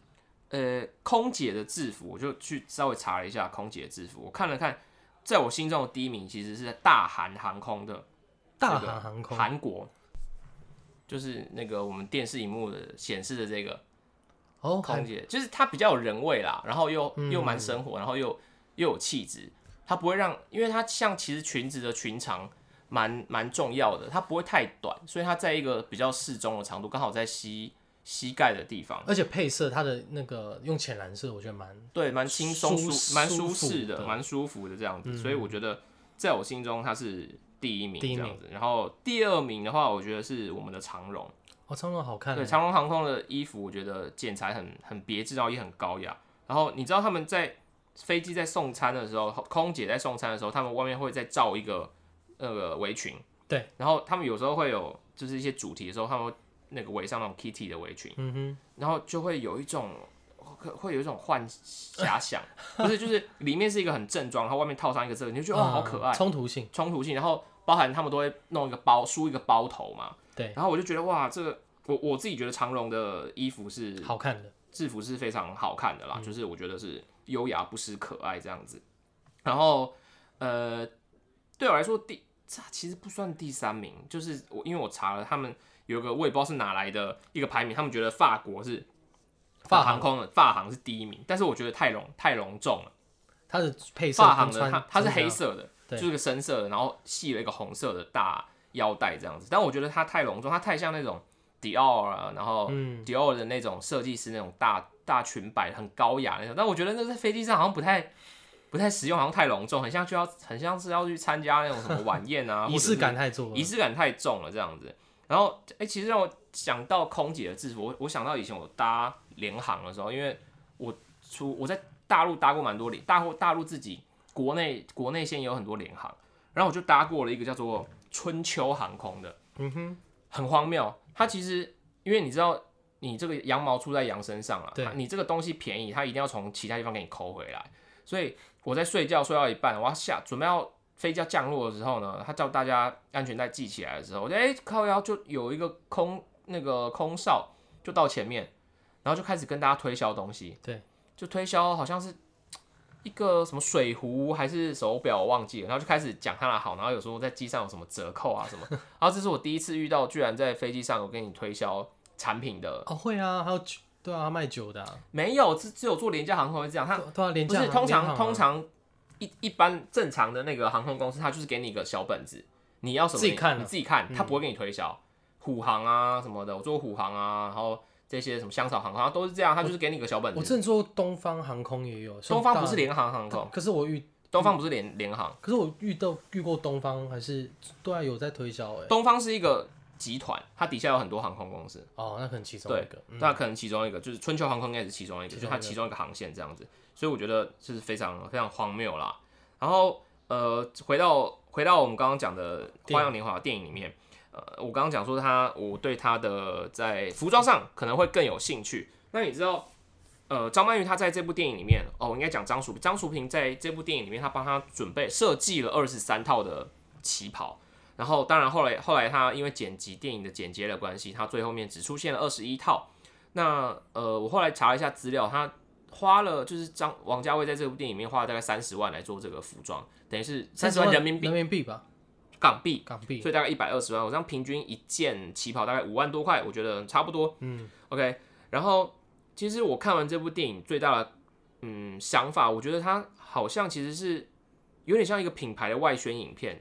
A: 呃，空姐的制服，我就去稍微查了一下空姐的制服，我看了看，在我心中的第一名其实是大韩航空的。
B: 大韩航空
A: 韩国，就是那个我们电视荧幕的显示的这个
B: 哦，
A: 空
B: 韩嗯
A: 姐，就是它比较有人味啦，然后又又蛮生活，然后又又有气质，它不会让，因为它像其实裙子的裙长蛮蛮重要的，它不会太短，所以它在一个比较适中的长度，刚好在膝膝盖的地方，
B: 而且配色它的那个用浅蓝色，我觉得蛮
A: 对，蛮轻松
B: 舒
A: 舒蛮舒
B: 舒
A: 适
B: 服的嗯
A: 蛮舒服的这样子，所以我觉得在我心中它是第一名这
B: 第一
A: 样子，然后第二名的话，我觉得是我们的长荣。
B: 哦，长龙好看
A: 对，
B: 欸，
A: 长龙航空的衣服，我觉得剪裁很很别致，然后也很高雅。然后你知道他们在飞机在送餐的时候，空姐在送餐的时候，他们外面会再罩一个那个围裙。
B: 对，
A: 然后他们有时候会有就是一些主题的时候，他们会那个围上那种 Kitty 的围裙，
B: 嗯哼，
A: 然后就会有一种会会有一种幻遐想，不是就是里面是一个很正装，然后外面套上一个这个，你就觉得哦好可爱
B: 嗯，冲突性，
A: 冲突性，然后包含他们都会弄一个包梳一个包头嘛，
B: 对，
A: 然后我就觉得哇，这个我我自己觉得长荣的衣服是
B: 好看的，
A: 制服是非常好看的啦，就是我觉得是优雅不失可爱这样子。然后呃，对我来说第这其实不算第三名，就是我因为我查了他们有一个我也不知道是哪来的一个排名，他们觉得法国是
B: 发
A: 航
B: 行，
A: 空的发航是第一名，但是我觉得太隆太隆重了。
B: 它的配色
A: 发行
B: 跟
A: 的
B: 穿
A: 它它是
B: 穿
A: 黑
B: 搭
A: 色的，
B: 对
A: 就是个深色的，然后系了一个红色的大腰带这样子。但我觉得它太隆重，它太像那种迪奥啊，然后
B: 嗯
A: 迪奥的那种设计师那种大大裙摆很高雅那种。但我觉得那在飞机上好像不太不太实用，好像太隆重，很像就要很像是要去参加那种什么晚宴 啊，
B: 仪式感太重
A: 仪
B: 了，
A: 式感太重了这样子。然后，哎、其实让我想到空姐的制服，我我想到以前我搭联航的时候，因为我出我在大陆搭过蛮多联，大陆大陆自己国内国内线也有很多联航，然后我就搭过了一个叫做春秋航空的，
B: 嗯哼，
A: 很荒谬。它其实因为你知道，你这个羊毛出在羊身上了，
B: 对
A: 它你这个东西便宜，它一定要从其他地方给你抠回来。所以我在睡觉睡到一半，我要下准备要飞机要降落的时候呢，他叫大家安全带系起来的时候，我就哎、靠腰就有一个空那个空少就到前面，然后就开始跟大家推销东西，
B: 对，
A: 就推销好像是。一个什么水壶还是手表，我忘记了，然后就开始讲他的好，然后有时候在机上有什么折扣啊什么，然后这是我第一次遇到，居然在飞机上有跟你推销产品的，
B: 哦会啊，还有酒，对啊，它卖酒的啊，
A: 没有，只只有做廉价航空会这样，他
B: 对对啊，廉
A: 不
B: 价
A: 是，
B: 啊
A: 通
B: 廉航
A: 常
B: 啊
A: 通常一一般正常的那个航空公司，它就是给你一个小本子，你要什么
B: 自己看啊
A: 你自己看，它不会给你推销。虎航啊什么的，我做虎航啊，然后这些什么香草航空啊都是这样，它就是给你个小本
B: 我
A: 子。
B: 之前做东方航空也有，
A: 东方不是
B: 联，
A: 联航航空，
B: 可是我遇，
A: 东方不是联联航，
B: 可是我遇到遇过东方还是对啊，有在推销哎，
A: 东方是一个集团，它底下有很多航空公司。
B: 哦，那可能其中
A: 对啊
B: 一个，
A: 那可能其中一个就是春秋航空应该是嗯其中一个，
B: 其
A: 就是
B: 中
A: 它其中一个航线这样子，所以我觉得这是非常非常荒谬啦。然后呃，回到回到我们刚刚讲的《
B: 电影
A: 花样年华》电影里面，呃，我刚刚讲说他，我对他的在服装上可能会更有兴趣。那你知道，呃，张曼玉她在这部电影里面，哦，我应该讲张淑张淑平在这部电影里面，她帮她准备设计了二十三套的旗袍。然后，当然后来后来她因为剪辑电影的剪接的关系，她最后面只出现了二十一套。那呃，我后来查了一下资料，她花了就是张王家卫在这部电影里面花了大概三十万来做这个服装，等于是三十万人民币
B: 人民币吧，
A: 港币，
B: 港币
A: 所以大概一百二十万，我这样平均一件旗袍大概五万多块，我觉得差不多。嗯，OK。然后其实我看完这部电影最大的嗯想法，我觉得它好像其实是有点像一个品牌的外宣影 片，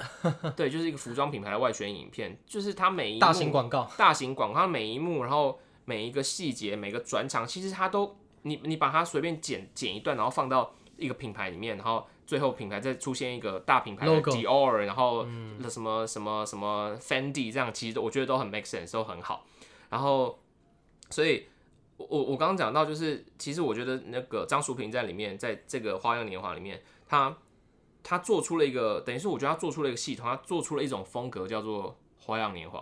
A: 对，就是一个服装品牌的外宣影片，就是它每一幕
B: 大型广告，
A: 大型广告它每一幕，然后每一个细节、每个转场，其实它都你你把它随便剪剪一段，然后放到一个品牌里面，然后最后品牌再出现一个大品牌的
B: Logo
A: Dior，然后什么什么什么 Fendi 这样，其实我觉得都很 make sense，都很好。然后，所以我我我刚刚讲到，就是其实我觉得那个张淑平在里面，在这个《花样年华》里面，他他做出了一个，等于是我觉得他做出了一个系统，他做出了一种风格，叫做《花样年华》。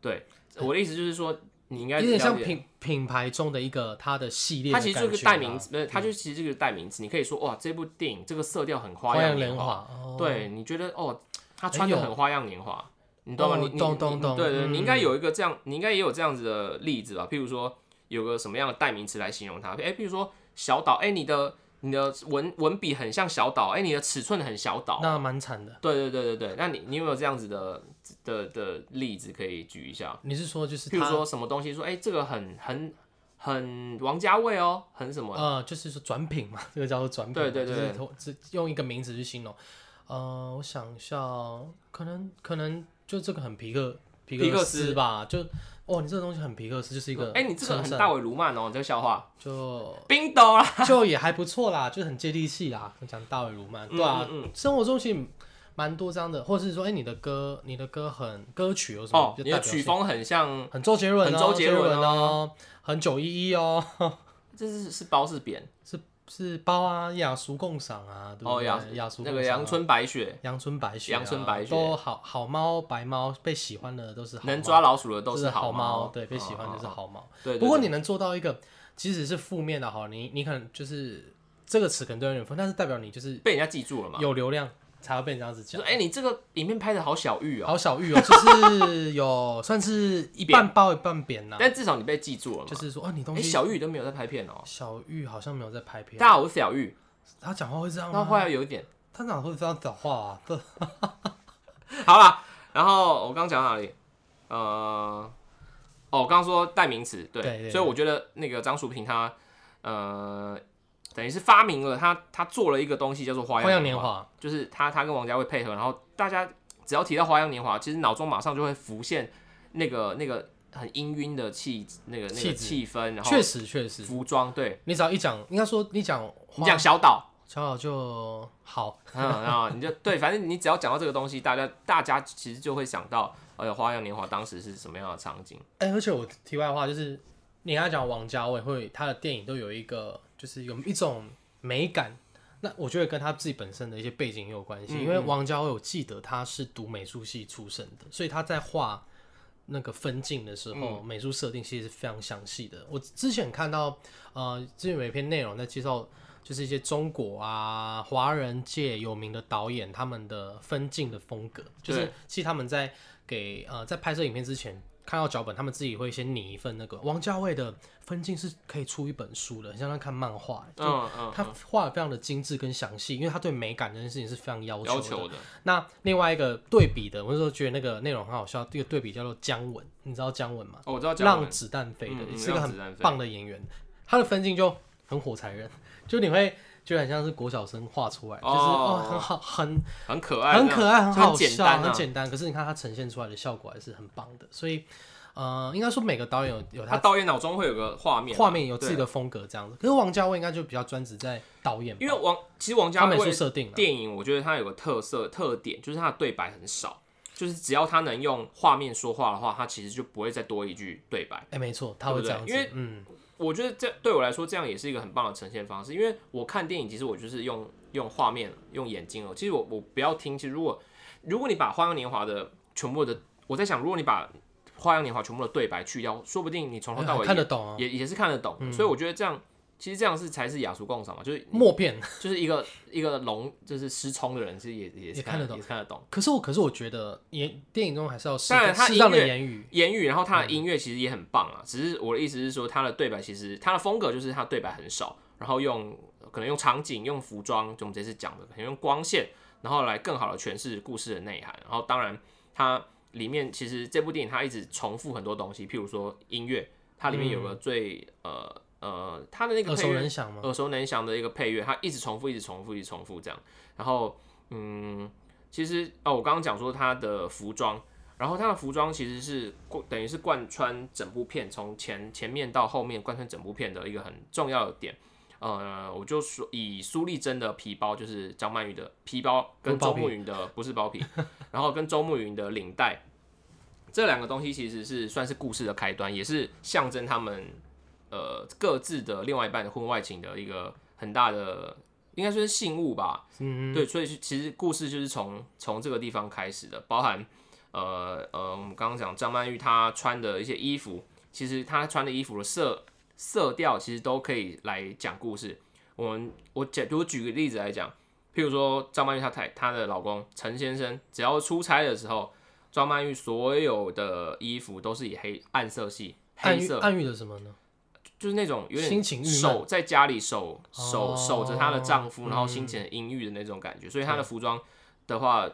A: 对，我的意思就是说，你应该
B: 有点像
A: 了解
B: 品品牌中的一个它的系列的
A: 它其
B: 感觉啊，
A: 实
B: 嗯
A: 就是个代名词，不是，它就其实就是个代名词。你可以说哇，这部电影这个色调很花
B: 花样
A: 样
B: 年
A: 年华，
B: 华，哦，
A: 对，你觉得哦，他穿
B: 哎
A: 的
B: 有
A: 很花样年华，你懂吗？
B: 哦
A: 你你
B: 懂
A: 你
B: 懂
A: 你
B: 懂
A: 对对，
B: 嗯
A: 你应该有一个这样，你应该也有这样子的例子吧？譬如说，有个什么样的代名词来形容它？哎，譬如说小岛，哎，你的你的文文笔很像小岛，哎，你的尺寸很小岛。
B: 那蛮惨的。
A: 对对对对对，那你你有没有这样子的的的例子可以举一下？
B: 你是说就是
A: 譬如
B: 他
A: 说什么东西说，哎、这个很很很王家卫哦，很什么？
B: 呃，就是说转品嘛， 这个叫做转品
A: 对
B: 嘛，
A: 对对
B: 就是只用一个名词去形容。呃，我想一下哦，可能可能就这个很皮克皮
A: 皮克斯
B: 斯吧，就哦，你这个东西很皮克斯，就是一个
A: 哎、你这个很
B: 称赞
A: 大为卢曼哦，你这个笑话，
B: 就
A: 冰斗啦，
B: 就也还不错啦，就是很接地气啦。讲大伟卢曼，对啊，
A: 嗯嗯
B: 生活中其实蛮多这样的，或者是说，哎、你的歌你的歌很歌曲有什么
A: 哦，
B: 比
A: 你
B: 较代
A: 的
B: 表
A: 曲
B: 性？
A: 风很像，
B: 很周杰伦、哦，
A: 很周杰伦
B: 哦，很九一一哦，
A: 这是是包是扁？
B: 是是包啊，雅俗共赏啊，对不
A: 哦，
B: 对？
A: 阳
B: 雅俗
A: 那
B: 共
A: 个
B: 赏啊
A: 阳春白雪，
B: 阳春白雪啊、
A: 阳春白雪
B: 都好好猫白猫被喜欢的都是好猫
A: 能抓老鼠的都
B: 就是是好
A: 猫，
B: 对，被喜欢就是
A: 好。
B: 好猫。
A: 对，对
B: 不过
A: 对
B: 你能做到一个，即使是负面的好，你你可能就是这个词可能对人有点分，但是代表你就是
A: 被人家记住了嘛？
B: 有流量才会被人这样子
A: 就
B: 讲
A: 是。哎，你这个影片拍的好小玉哦，
B: 好小玉哦，就是有算是一半包一半扁呐、
A: 但至少你被记住了嘛
B: 就。是说哦，你东
A: 哎，
B: 西
A: 小玉都没有在拍片哦。
B: 小玉嗯好像没有在拍片
A: 大，家好，我是小玉，
B: 他讲话会这样
A: 那
B: 吗？
A: 后来有一点
B: 他哪会这样讲话啊？这
A: 好啦，然后我刚讲哪里？呃，哦，我刚说代名词，对，
B: 对对
A: 所以我觉得那个张淑平他呃，等于是发明了他他做了一个东西叫做花
B: 花样
A: 样
B: 年
A: 华，
B: 华，
A: 就是他他跟王家卫配合，然后大家只要提到花样年华，其实脑中马上就会浮现那个那个很氤氲的气那个那
B: 气
A: 个
B: 质
A: 气氛，然后
B: 确实确实，
A: 服装，对
B: 你只要一讲，应该说你讲
A: 你
B: 花
A: 讲小岛，
B: 小小就好，
A: 嗯，然后你就 对，反正你只要讲到这个东西，大家大家其实就会想到，哎呦，花样年华当时是什么样的场景？
B: 哎、而且我题外话就是，你刚才讲王家卫会他的电影都有一个，就是有一种美感。那我觉得跟他自己本身的一些背景也有关系，
A: 嗯
B: 因为王家卫我记得他是读美术系出身的，所以他在画那个分镜的时候，
A: 嗯
B: 美术设定其实是非常详细的。我之前看到，呃，之前有一篇内容在介绍，就是一些中国啊、华人界有名的导演他们的分镜的风格，就是其实他们在给呃在拍摄影片之前。看到脚本，他们自己会先拟一份那个王家卫的分镜是可以出一本书的，很像在看漫画，欸就
A: 嗯嗯，
B: 他画的非常的精致跟详细，因为他对美感这件事情是非常要求
A: 要
B: 的。
A: 求的，
B: 那另外一个对比的，我那时候觉得那个内容很好笑，这个对比叫做姜文，你知道姜文吗？
A: 哦，我知道讲
B: 让
A: 完，
B: 子弹飞的，
A: 嗯嗯
B: 是一个
A: 让
B: 很
A: 子弹飞
B: 棒的演员，他的分镜就很火柴人，就你会觉得很像是国小生画出来，就是
A: 哦
B: 哦很好很
A: 很可爱，
B: 很可爱，很好
A: 哎很简
B: 笑，
A: 单
B: 很
A: 啊。
B: 简单。可是你看他呈现出来的效果还是很棒的，所以呃，应该说每个导演有有
A: 他
B: 他
A: 导演脑中会有个画面，啊
B: 画面有自己的风格这样子，可是王家卫应该就比较专职在导演吧，
A: 因为王其实王家
B: 他美术
A: 卫
B: 设定了，
A: 电影，我觉得它有个特色特点，就是它的对白很少，就是只要他能用画面说话的话，他其实就不会再多一句对白。
B: 哎，没错，他
A: 对
B: 会
A: 不
B: 这
A: 对
B: 样子，
A: 因为
B: 嗯，
A: 我觉得这对我来说，这样也是一个很棒的呈现方式。因为我看电影，其实我就是用用画面、用眼睛哦。其实我我不要听。其实如果如果你把《花样年华》的全部的，我在想，如果你把《花样年华》全部的对白去掉，说不定你从头到尾
B: 看
A: 也
B: 得懂啊，
A: 也也是看得懂的。所以我觉得这样，其实这样是才是雅俗共赏嘛，就是
B: 默片。
A: 就是一个一个聋，就是失聪的人，其实也也是
B: 也看得懂
A: 也是看得懂。
B: 可是我，可是我觉得演电影中还是要适
A: 当然他
B: 适当的
A: 音乐
B: 言语，
A: 言语，然后他的音乐其实也很棒啊。只是我的意思是说，他的对白其实他的风格就是他对白很少，然后用可能用场景、用服装，就我们这次讲的，可能用光线，然后来更好的诠释故事的内涵。然后当然，它里面其实这部电影它一直重复很多东西，譬如说音乐，它里面有个最、呃呃，它的那个
B: 耳
A: 配
B: 熟
A: 乐
B: 能详吗？
A: 耳熟能详的一个配乐，它一直重复，一直重复，一直重复这样。然后，嗯，其实哦，我刚刚讲说它的服装，然后它的服装其实是贯等于是贯穿整部片，从前前面到后面贯穿整部片的一个很重要的点。呃，我就说以苏丽珍的皮包，就是张曼玉的皮包，跟
B: 不是
A: 周
B: 包皮
A: 慕云的不是包皮， 然后跟周慕云的领带，这两个东西其实是算是故事的开端，也是象征他们呃各自的另外一半的婚外情的一个很大的，应该说是信物吧。
B: 嗯，
A: 对，所以是其实故事就是从从这个地方开始的，包含呃呃，我们刚刚讲张曼玉她穿的一些衣服，其实她穿的衣服的色色调其实都可以来讲故事。我们我举我举个例子来讲，譬如说张曼玉她太她的老公陈先生，只要出差的时候，张曼玉所有的衣服都是以黑暗色系。
B: 暗
A: 黑
B: 喻
A: 色
B: 暗喻的什么呢？
A: 就是那种有点
B: 心情郁闷
A: 守在家里守守
B: 哦
A: 守着她的丈夫，
B: 嗯
A: 然后心情很阴郁的那种感觉。所以她的服装的话，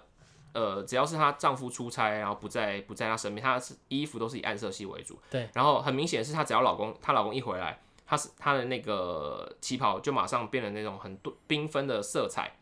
A: 呃，只要是她丈夫出差，然后不在不在她身边，她是衣服都是以暗色系为主。
B: 对，
A: 然后很明显是她只要老公她老公一回来，她是她的那个旗袍就马上变得那种很多缤纷的色彩，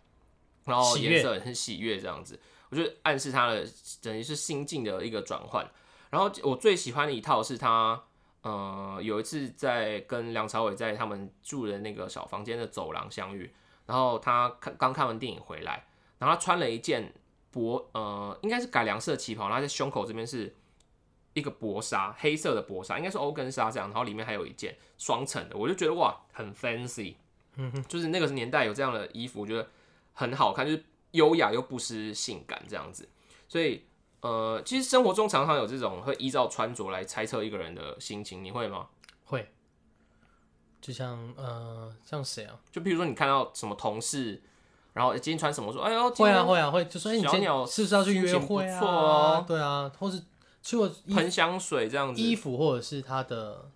A: 然后
B: 喜悦
A: 颜色很喜悦这样子。我觉得暗示她的等于是心境的一个转换。然后我最喜欢的一套是她。呃，有一次在跟梁朝伟在他们住的那个小房间的走廊相遇，然后他看刚看完电影回来，然后他穿了一件薄呃，应该是改良色旗袍，然后他在胸口这边是一个薄纱，黑色的薄纱，应该是欧根纱这样，然后里面还有一件双层的，我就觉得哇，很 fancy，嗯哼，就是那个年代有这样的衣服，我觉得很好看，就是优雅又不失性感这样子。所以呃，其实生活中常常有这种会依照穿着来猜测一个人的心情，你会吗？
B: 会，就像呃，像谁啊？
A: 就比如说你看到什么同事，然后诶今天穿什么，说哎呦，今
B: 会
A: 天
B: 啊会啊会，就说哎你
A: 小
B: 今
A: 鸟
B: 天是不是要去
A: 心
B: 约
A: 情不
B: 会啊？
A: 错哦
B: 对啊，或是其实我衣
A: 喷香水这样子，
B: 衣服或者是他的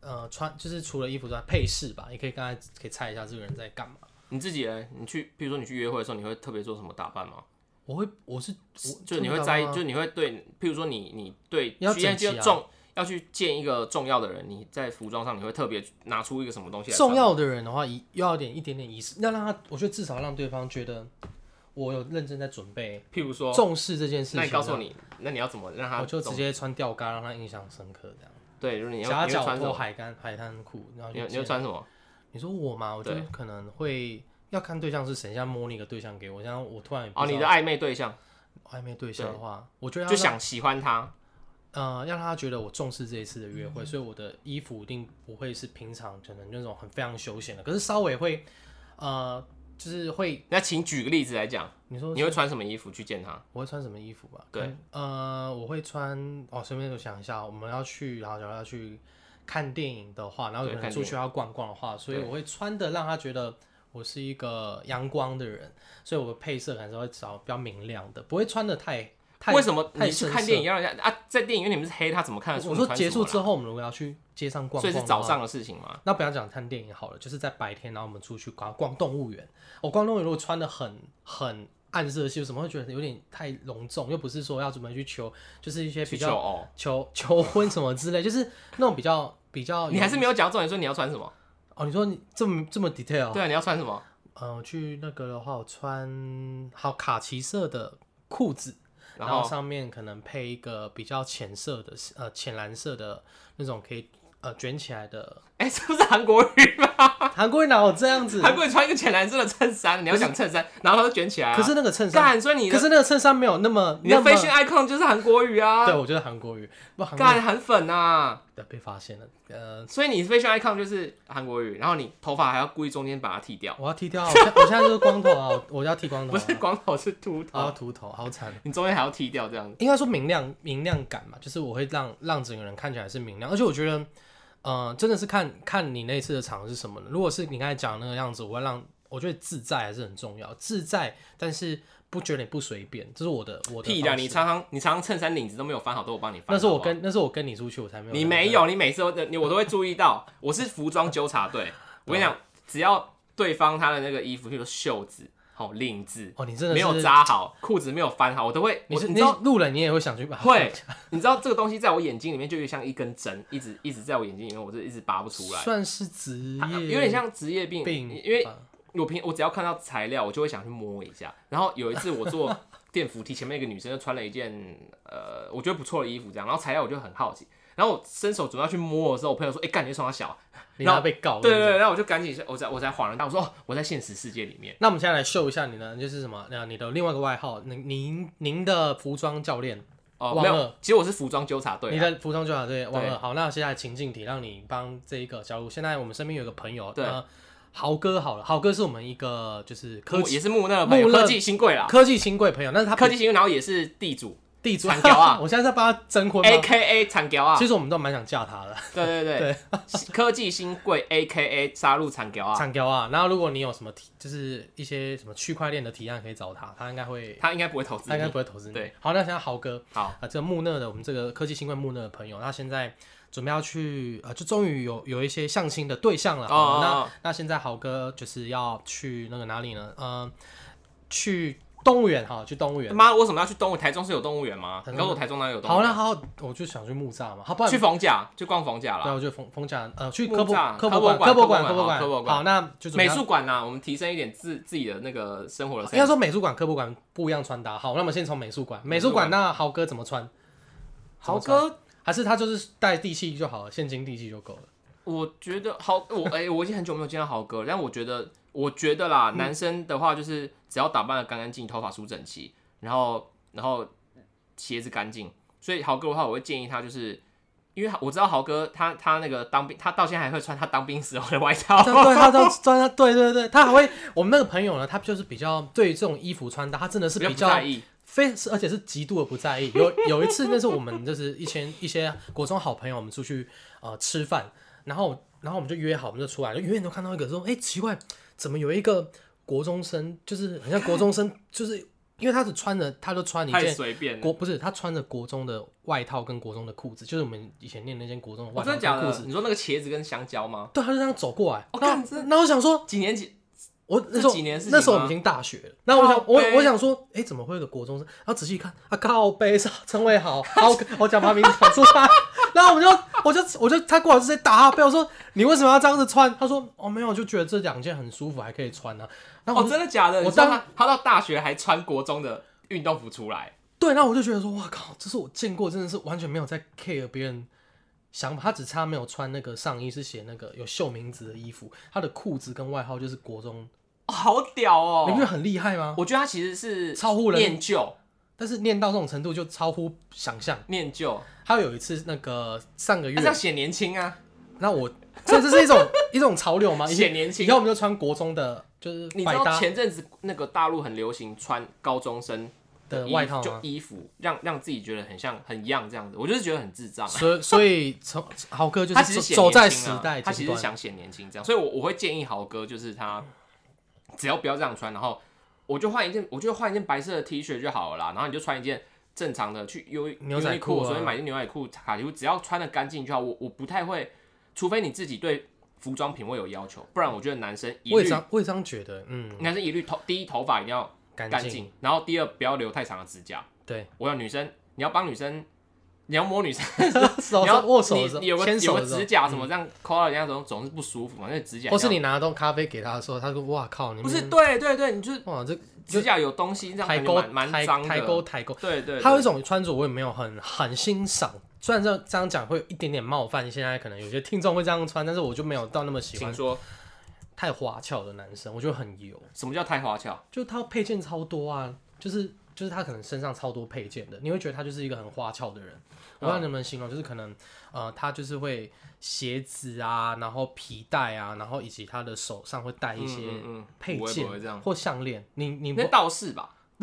B: 呃穿，就是除了衣服之外配饰吧，也可以刚才可以猜一下这个人在干嘛。
A: 你自己嘞，你去，比如说你去约会的时候，你会特别做什么打扮吗？
B: 我会我是我
A: 就你会在意，就你会对，譬如说你你对，
B: 要
A: 今天
B: 整齐
A: 就
B: 啊
A: 重要去见一个重要的人，你在服装上你会特别拿出一个什么东西来穿
B: 重要的人的话，一要有点一点点仪式，要让他，我觉得至少让对方觉得我有认真在准备，
A: 譬如说，
B: 重视这件事
A: 哦
B: 情。
A: 那你告诉，你，那你要怎么让他
B: 我就直
A: 懂
B: 接穿吊嘎，让他印象深刻这样。
A: 对，就是你要
B: 夹
A: 你会
B: 脚
A: 穿什
B: 拖
A: 么？
B: 海干海滩裤，然后
A: 你
B: 就
A: 会你
B: 见
A: 会穿什么？
B: 你说我嘛，我就可能会要看对象是谁，像摸那个对象给我，像我突哎然也不
A: 哦，
B: 知
A: 你
B: 道
A: 的暧昧对象
B: 暧昧对啊象的话，我觉得要
A: 就想喜欢他，
B: 呃，让他觉得我重视这一次的约会，所以我的衣服一定不会是平常可能那种很非常休闲的，可是稍微会呃，就是会
A: 那请举个例子来讲，
B: 你说
A: 你会穿什么衣服去见他？
B: 我会穿什么衣服吧？
A: 对
B: 可能，呃，我会穿哦，随便我想一下，我们要去，然后假如要去看电影的话，然后
A: 对
B: 可能
A: 看
B: 出去要逛逛的话，所以
A: 对
B: 我会穿的让他觉得我是一个阳光的人，所以我的配色还是会找比较明亮的，不会穿的太太。
A: 为什么
B: 太
A: 你去
B: 深
A: 看
B: 色
A: 电影要让人家啊，在电影院里面是黑，他怎么看得出
B: 我
A: 你
B: 说
A: 穿
B: 结
A: 什么
B: 束
A: 啦
B: 之后，我们如果要去街上逛
A: 所
B: 逛
A: 以
B: 的
A: 是
B: 话，
A: 早上的事情吗？
B: 那不要讲看电影好了，就是在白天，然后我们出去逛逛动物园。我、逛动物园如果穿的很很暗色系，为什么会觉得有点太隆重？又不是说要准备去求，就是一些
A: 去哦
B: 比
A: 求
B: 较
A: 偶，
B: 求求婚什么之类，就是那种比较比哦较有。
A: 你还是没有讲重点，说你要穿什么？
B: 哦？你说你这么这么 detail？
A: 对啊，你要穿什么？
B: 呃，去那个的话，我穿好卡其色的裤子，
A: 然
B: 然
A: 后
B: 后上面可能配一个比较浅色的呃浅蓝色的那种可以呃卷起来的。
A: 哎、是不是韩国语吗？
B: 韩国人哪有这样子？
A: 啊韩国人穿一个浅蓝色的衬衫，你要讲衬衫，然后它就卷起来、啊。
B: 可是那个衬衫
A: 干，所以你
B: 可
A: 的
B: 是那个衬衫没有那么
A: 你的
B: 那么
A: fashion icon 就是韩国语啊
B: 对，，我觉得韩国语不韩国
A: 干韩粉啊，
B: 语被发现了，呃，
A: 所以你 fashion icon 就是韩国语，然后你头发还要故意中间把它剃掉，
B: 我要剃掉啊，我现我现在就是光头啊，我我要剃光头
A: 不
B: 啊，
A: 是哦光头是秃
B: 我要
A: 头，
B: 秃头，好惨。
A: 你中间还要剃掉这样子。
B: 应该说明亮明亮感嘛，就是我会让让整个人看起来是明亮，而且我觉得，呃，真的是看看你那次的场合是什么了。如果是你刚才讲的那个样子，我会让我觉得自在还是很重要，自在，但是不觉得你不随便，这是我的我的
A: 屁啦！
B: 方式
A: 你常常你常常衬衫领子都没有翻好，都有帮你翻好不好。
B: 那是我跟那是我跟你出去我才没有
A: 啊你
B: 这样
A: 没
B: 子
A: 有，你每次都你我都会注意 到，我是服装纠察队。我跟你讲，只要对方他的那个衣服，譬如说袖子、好领子
B: 哦，你真的
A: 没有
B: 是
A: 扎好，裤子没有翻好，我都会。
B: 你
A: 我
B: 是
A: 你
B: 你
A: 知道
B: 路人，你也会想去把它
A: 会，你知道这个东西在我眼睛里面就像一根针，一直一直在我眼睛里面，我就一直拔不出来。
B: 算是职
A: 它
B: 业，
A: 有点像职业病，
B: 病吧，
A: 因为我平我只要看到材料，我就会想去摸一下。然后有一次我坐电扶梯，前面一个女生就穿了一件呃我觉得不错的衣服，这样，然后材料我就很好奇，然后我伸手准备要去摸的时候，我朋友说：“哎、干你这双小啊、
B: 你
A: 然
B: 要
A: 后
B: 被告
A: 对
B: 是不
A: 对
B: 是
A: 对，然后我就赶紧，我才我才恍然大悟，说：“哦，我在现实世界里面。
B: 那我们现在来秀一下你的，就是什么？呃，你的另外一个外号，您您您的服装教练，”
A: 哦，
B: 忘
A: 没有
B: 了，
A: 其实我是服装纠察队
B: 你
A: 啊、
B: 的服装教练对，王
A: 对
B: 二。好，那接下来情境题，让你帮这一个。假如现在我们身边有一个朋友，
A: 对
B: 呃，豪哥好了，豪哥是我们一个就是科
A: 木
B: 技
A: 也是木讷的朋友，
B: 木讷
A: 科技新贵啦，
B: 科技新贵朋友，但是他
A: 科技新贵，然后也是地主
B: 地主
A: 产条啊
B: 我现在在帮他征婚
A: ，A
B: 吗？
A: K A 产条啊
B: 其，实我们都蛮想嫁他的，
A: 对对对， 科技新贵 A K A 杀戮产条啊，
B: 产雕啊。然后如果你有什么提，就是一些什么区块链的提案可以找他，他应该会
A: 他应该不会投资
B: 他应该
A: 你。
B: 不会投资你。
A: 对，
B: 好，那现在豪哥
A: 好，
B: 啊、这个穆讷的我们这个科技新贵穆讷的朋友，他现在准备要去呃，就终于有有一些相亲的对象了。
A: 哦哦
B: 好
A: 哦
B: 那那现在豪哥就是要去那个哪里呢？呃，去动物园哈，去动物园。
A: 妈，为什么要去动物？台中是有动物园吗？
B: 台中
A: 你告诉我台中哪里有动物
B: 好，
A: 园？
B: 那好，我就想去木栅嘛，好，不然
A: 去逢甲，去逛逢甲
B: 对
A: 啦。
B: 啊，我就逢逢甲呃，去
A: 木
B: 科博
A: 栅
B: 科
A: 科
B: 博
A: 博
B: 馆
A: 馆
B: 博馆
A: 科
B: 科
A: 博馆
B: 馆
A: 好科博馆
B: 好，那就怎么
A: 美
B: 样
A: 术馆啊啦，我们提升一点自自己的那个生活的
B: 应该
A: sense。
B: 说美术馆科博馆不一样穿搭。好，那我们先从美术馆，美
A: 美术
B: 术馆那豪哥怎么穿？
A: 豪哥，
B: 还是他就是带地契就好了，现金地契就 够了。
A: 我觉得豪我哎、我已经很久没有见到豪哥了，但我觉得我觉得
B: 嗯
A: 啦，男生的话就是只要打扮的干干净，头发梳整齐，然后然后鞋子干净，所以豪哥的话，我会建议他就是因为他我知道豪哥他他那个当兵，他到现在还会穿他当兵时候的外
B: 对
A: 套，
B: 对，他都穿他，对对对，他还会，我们那个朋友呢，他就是比较对于这种衣服穿搭，他真的是
A: 比较
B: 比
A: 不
B: 较
A: 在意。
B: 非是而且是极度的不在意。有有一次，那是我们就是一些一些国中好朋友，我们出去呃吃饭，然后然后我们就约好，我们就出来，就远远都看到一个说，哎、奇怪，怎么有一个国中生，就是很像国中生， 就是因为他只穿着，他就穿一
A: 太
B: 件。
A: 随便了。
B: 国不是他穿着国中的外套跟国中的裤子，就是我们以前念那间国中的
A: 我、
B: 外
A: 哦真的
B: 套
A: 假
B: 跟裤
A: 的？
B: 子。
A: 你说那个茄子跟香蕉吗？
B: 对，他就这样走过来。
A: 哦
B: 然
A: 干
B: 后
A: 这
B: 然后我想说，
A: 几年级？
B: 我那
A: 这
B: 时候
A: 几年的事情
B: 那时候我
A: 吗
B: 们已经大学了，然后我想
A: 靠
B: 我
A: 背
B: 我想说，哎、怎么会有个国中生？然后仔细一看，啊靠背是陈伟豪，好我讲把名字讲出来， 然后我就我就我就他过来直接打他背，我说你为什么要这样子穿？他说哦没有，就觉得这两件很舒服，还可以穿啊。然后
A: 哦，
B: 我就、
A: 真的假的？
B: 我
A: 你说
B: 当
A: 他他到大学还穿国中的运动服出来，
B: 对，然后我就觉得说，哇靠，这是我见过真的是完全没有在 care 别人想法，他只差没有穿那个上衣是写那个有绣名字的衣服，他的裤子跟外号就是国中，
A: 哦好屌
B: 你不觉
A: 哦！
B: 得很厉害吗？
A: 我觉得他其实是
B: 超乎人
A: 念旧，
B: 但是念到这种程度就超乎想象。
A: 念旧，
B: 还有一次，那个上个
A: 他这样
B: 月，
A: 显年轻啊，
B: 那我这这是一种 一种潮流嘛，以
A: 显
B: 前
A: 年轻
B: 啊以。后我们就穿国中的，就是
A: 你知
B: 百
A: 道
B: 搭
A: 前阵子那个大陆很流行穿高中生
B: 的
A: 衣
B: 外套
A: 就
B: 吗？
A: 衣服，让让自己觉得很像很样这样子，我就是觉得很智障啊。
B: 所以所以从豪哥就
A: 他
B: 是
A: 只是
B: 走走在
A: 显
B: 时
A: 年轻啊
B: 代
A: 他其
B: 尖
A: 实
B: 端，
A: 想显年轻这样，所以我我会建议豪哥，就是
B: 嗯
A: 他只要不要这样穿，然后我就换一件，我就换一件白色的 T 恤就好了啦，然后你就穿一件正常的去优
B: 牛仔裤啊
A: 优衣所以买件牛仔裤、卡其裤，只要穿的干净就好。我我不太会，除非你自己对服装品味有要求，不然我觉得男生一
B: 我也
A: 律
B: 这样我也这样觉得，嗯，
A: 男生一律头第一头发一定要
B: 干
A: 干
B: 净，
A: 净，然后第二不要留太长的指甲。
B: 对，
A: 我要女生，你要帮女生，你要摸女生。
B: 手
A: 你要
B: 手握手的时
A: 你你有个
B: 候，牵
A: 有
B: 手
A: 个
B: 的时候嗯
A: 指，甲什么这样抠到人家总总是不舒服嘛，那个指甲
B: 或是
A: 这样
B: 你拿东咖啡给他的时候，他说哇靠，你
A: 不是
B: 们
A: 对对对，你就是
B: 哇这
A: 指甲有东西这样
B: 抬
A: 感
B: 钩
A: 觉蛮蛮
B: 抬
A: 脏
B: 抬钩
A: 的，
B: 抬钩。
A: 对对，
B: 还有一
A: 对
B: 种穿着我也没有很很欣赏，虽然这样这样讲会有一点点冒犯，现在可能有些听众会这样穿，但是我就没有到那么喜
A: 请
B: 欢
A: 说
B: 太花俏的男生，我觉得很油，
A: 什么叫太花俏？
B: 就他配件超多啊，就是就是他可能身上超多配件的，你会觉得他就是一个很花俏的人。我不知
A: 嗯
B: 道你们形容，就是可能呃，他就是会鞋子啊，然后皮带啊，然后以及他的手上会戴一些
A: 嗯嗯嗯
B: 配
A: 不会
B: 件
A: 不会这样
B: 或项链，你你不
A: 那倒是吧，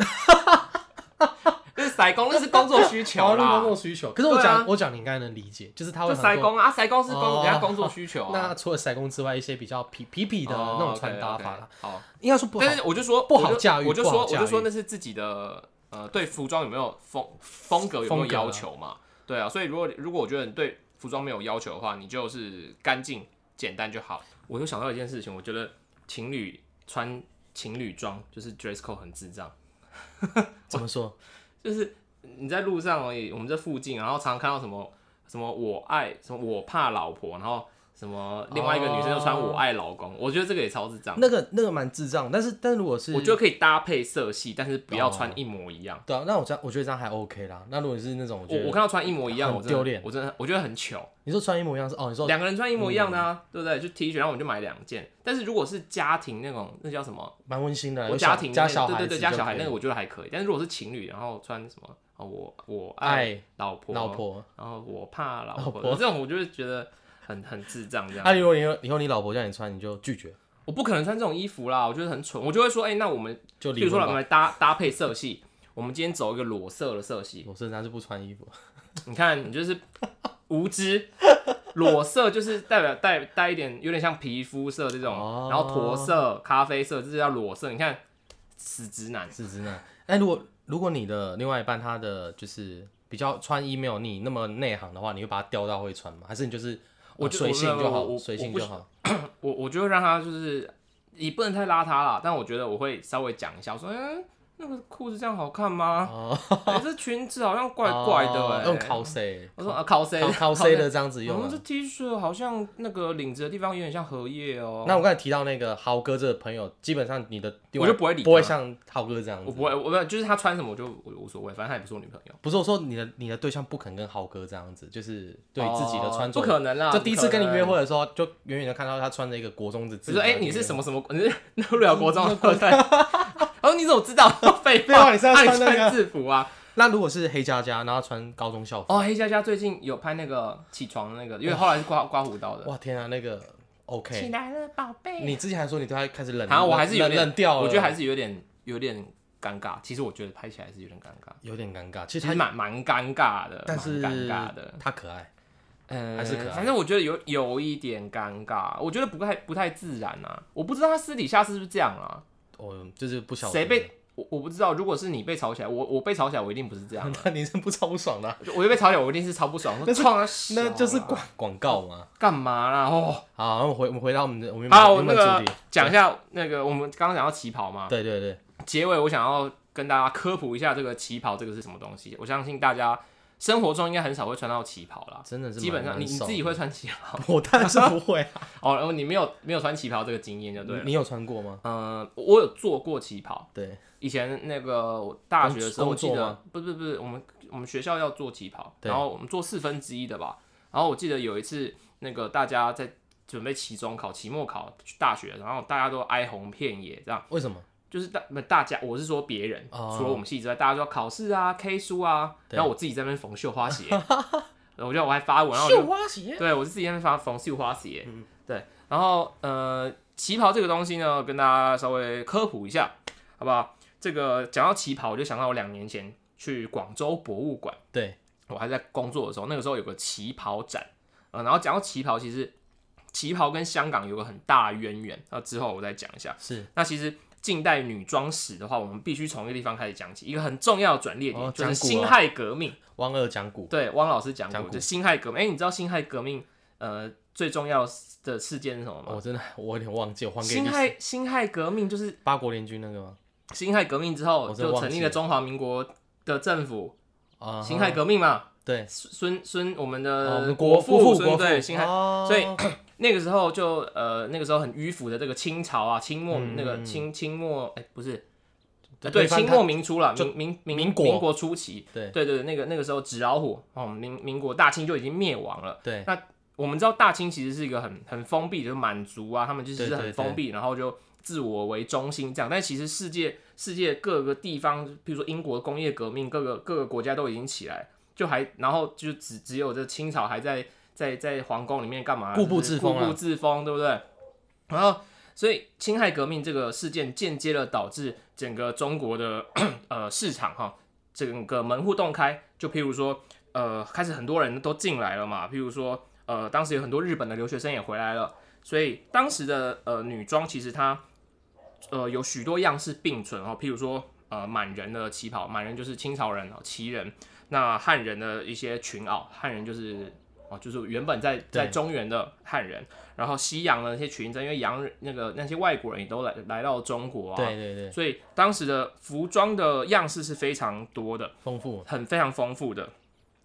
A: 那是塞工，那是工作需求
B: 哦那
A: 啦
B: 种，需求。可是我
A: 对啊
B: 讲、我讲你应该能理解，就是他会
A: 就
B: 很
A: 塞
B: 多
A: 工啊，塞工是工
B: 哦
A: 人家工作需求啊，
B: 那除了塞工之外，一些比较痞痞痞的
A: 哦
B: 那种穿搭
A: OK，OK，
B: 法啦，
A: 好，
B: 应该说不好
A: 但。是我就说
B: 不
A: 我就
B: 好驾驭
A: 我就
B: 不好
A: 说我
B: 驾驭
A: 就说那是自己的呃对服装有没有风风格有没
B: 风
A: 有
B: 格啊
A: 要求嘛？对啊，所以如果如果我觉得你对服装没有要求的话，你就是干净简单就好。我又想到一件事情，我觉得情侣穿情侣装就是 dress code 很智障，
B: 怎么说？
A: 就是你在路上而已，我们在附近，然后常常看到什么什么我爱什么我怕老婆，然后什么另外一个女生就
B: 哦
A: 穿我爱老公，我觉得这个也超智障。
B: 那个那个蛮智障，但是但如果是哦
A: 我觉得可以搭配色系，但是不要穿一模一样。
B: 对啊，那我这样我觉得这样还 OK 啦。那如果是那种，我
A: 我
B: 觉
A: 我
B: 得
A: 看到穿一模一样，
B: 很
A: 我真的
B: 丢脸
A: 我真的我觉得很糗。
B: 你说穿一模一样是哦，你说嗯
A: 两个人穿一模一样的啊，对不对？就 T 恤，然后我们就买两件。但是如果是家庭那种，那叫什么？
B: 蛮温馨的，
A: 我
B: 有
A: 家
B: 小
A: 庭
B: 加
A: 那
B: 啊小
A: 对
B: 孩
A: 对
B: 子
A: 对，加
B: 就
A: 小
B: 可
A: 孩
B: 以
A: 那个
B: 了
A: 我觉得还可以。但是如果是情侣，然后穿什么？哦，我我爱
B: 爱
A: 老婆，
B: 老，婆。
A: 然后我怕老
B: 老
A: 婆，
B: 婆
A: 这种我就会觉得很很智障这样。
B: 那如果以后以后你老婆叫你穿，你就拒绝，
A: 我不可能穿这种衣服啦，我觉得很蠢。我就会说，哎，那我们
B: 就
A: 比
B: 离
A: 如说
B: 婚
A: 我们
B: 吧。
A: 来搭搭配色系，我们今天走一个裸色的色系，
B: 我身上是不穿衣服，
A: 你看，你就是无知，裸色就是代表带带一点有点像皮肤色这种，
B: 哦
A: 然后驼色、咖啡色，这就叫裸色。你看，死直男，
B: 是直男。哎，如果如果你的另外一半他的就是比较穿衣没有你那么内行的话，你会把他调到会穿吗？还是你就是
A: 我
B: 呃
A: 就
B: 随性
A: 我
B: 就
A: 我
B: 好，
A: 我
B: 随
A: 我
B: 性
A: 不
B: 就好。
A: 我我就会让他就是，也不能太邋遢啦，但我觉得我会稍微讲一下，我说，嗯、那个裤子这样好看吗？
B: 哦，
A: 哎这裙子好像怪怪的、
B: 哦
A: 哎、
B: 用 cos
A: 我说啊，靠谁？
B: 考考 C 的这样子
A: 我
B: 用
A: 们哦
B: 啊
A: 这。T 恤好像那个领子的地方有点像荷叶哦、
B: 那我刚才提到那个豪哥这个朋友，基本上你的
A: 我就不会理他
B: 不会像豪哥这样
A: 我
B: 子。
A: 不会，我不就是他穿什么我就我无所谓，反正他也不是我女朋友。
B: 不是我说你的你的对象不肯跟豪哥这样子，就是对自己的穿着，
A: 哦不可能啦！
B: 就第一次跟你约
A: 会。
B: 会的时候，就远远的看到他穿着一个国中
A: 你
B: 的嗯制
A: 说，
B: 服在那
A: 哎、
B: 边。
A: 你是什么什么？你是 入了国中，对不对？然后你怎么知道？废
B: 废话你是要
A: 啊你
B: 穿那个
A: 制服啊？
B: 那如果是黑佳佳，然后穿高中校服，
A: 哦，黑佳佳最近有拍那个起床的那个，因为后来是刮刮胡刀的。
B: 哇天啊，那个 OK，
A: 来了，宝贝
B: 你之前还说你对他开始冷，
A: 好像我还是有
B: 冷
A: 点
B: 冷掉了，
A: 我觉得还是有点有点尴尬。其实我觉得拍起来是有点尴尬，
B: 有点尴尬。其
A: 其
B: 实他
A: 实蛮蛮尴尬的，
B: 但是
A: 蛮尴尬的。
B: 他可爱，
A: 嗯，
B: 还是可爱
A: 反正我觉得有有一点尴尬，我觉得不太不太自然啊。我不知道他私底下是不是这样啊？
B: 我就是不晓得
A: 谁被我我不知道。如果是你被吵起来，我我被吵起来，我一定不是这样啊。
B: 那你是不超不爽的啊、
A: 我一被吵起来，我一定是超不爽，说创啊小啊
B: 那就是广广告嘛。
A: 干嘛啦？哦，
B: 好，我们回我们回到我们的我们原
A: 好，我
B: 本
A: 那
B: 原本
A: 个
B: 主题，
A: 讲一下那个我们刚刚讲到旗袍嘛，
B: 对对对，
A: 结尾我想要跟大家科普一下这个旗袍这个是什么东西。我相信大家生活中应该很少会穿到旗袍啦，
B: 真的是
A: 基本上你
B: 蛮
A: 你自己会穿旗袍
B: 我当然是不会啊。
A: 哦，然后你没有没有穿旗袍这个经验 就对啊了。
B: 你有穿过吗？
A: 嗯，我有做过旗袍，
B: 对，
A: 以前那个我大学的时候，我
B: 工作
A: 记得
B: 吗
A: 不是不是，我们我们学校要做旗袍，
B: 对
A: 然后我们做四分之一的吧。然后我记得有一次，那个大家在准备期中考、期末考、大学，然后大家都哀鸿遍野这样。
B: 为什么？
A: 就是大不大家，我是说别人，
B: 哦
A: 除了我们系之外，大家就要考试啊、K 书啊，
B: 对
A: 然后我自己在那边缝绣花 鞋，然后我就我还发文，然后我就
B: 花鞋，
A: 对我是自己在那边发缝绣花鞋，
B: 嗯
A: 对，然后呃，旗袍这个东西呢，跟大家稍微科普一下，好不好？这个讲到旗袍，我就想到我两年前去广州博物馆，
B: 对，
A: 我还在工作的时候，那个时候有个旗袍展，呃，然后讲到旗袍，其实旗袍跟香港有个很大的渊源，那之后我再讲一下。
B: 是
A: 那其实近代女装史的话，我们必须从一个地方开始讲起，一个很重要的转捩点、
B: 哦
A: 就是
B: 讲古啊
A: 辛亥革命。
B: 汪二讲古，
A: 对，汪老师讲
B: 讲
A: 过，
B: 古
A: 就辛亥革命。哎、你知道辛亥革命呃最重要的事件是什么
B: 我
A: 吗？
B: 真的我有点忘哦记，我还给
A: 辛
B: 你
A: 亥辛亥革命就是
B: 八国联军那个吗？
A: 辛亥革命之后
B: 我真的
A: 就
B: 忘记
A: 成立了中华民国的政府，
B: 啊，
A: 辛亥革命嘛，
B: 对，
A: 孙孙我们
B: 哦我
A: 的
B: 们国父
A: 孙
B: 国
A: 对
B: 父，
A: 辛亥
B: 哦
A: 所以呃那个时候就呃那个时候很迂腐的这个清朝啊，清末、
B: 嗯
A: 那个清清末哎、不是，
B: 就
A: 呃对
B: 推翻
A: 清
B: 他
A: 末明初了，
B: 就
A: 民民民
B: 民国
A: 民国初期，
B: 对
A: 对对，那个那个时候纸老虎哦，民民国大清就已经灭亡了。
B: 对
A: 我们知道大清其实是一个很很封闭，就是满族啊，他们就
B: 对
A: 是
B: 对
A: 很封闭，然后就自我为中心这样。但其实世界世界各个地方，比如说英国工业革命，各个各个国家都已经起来，就还然后就只只有这清朝还在在在皇宫里面干嘛？
B: 固步自封啊
A: 就是固步自封，对不对？然后所以辛亥革命这个事件间接的导致整个中国的 呃市场哈，整个门户洞开，就譬如说呃开始很多人都进来了嘛，譬如说呃当时有很多日本的留学生也回来了，所以当时的呃女装其实它呃有许多样式并存哦，譬如说呃满人的旗袍，满人就是清朝人哦，旗人，那汉人的一些裙袄，汉人就是。哦，就是原本在在
B: 对
A: 中原的汉人，然后西洋的那些裙子，因为洋人那个那些外国人也都来来到中国啊，
B: 对对对，
A: 所以当时的服装的样式是非常多的，
B: 丰富
A: 很非常丰富的。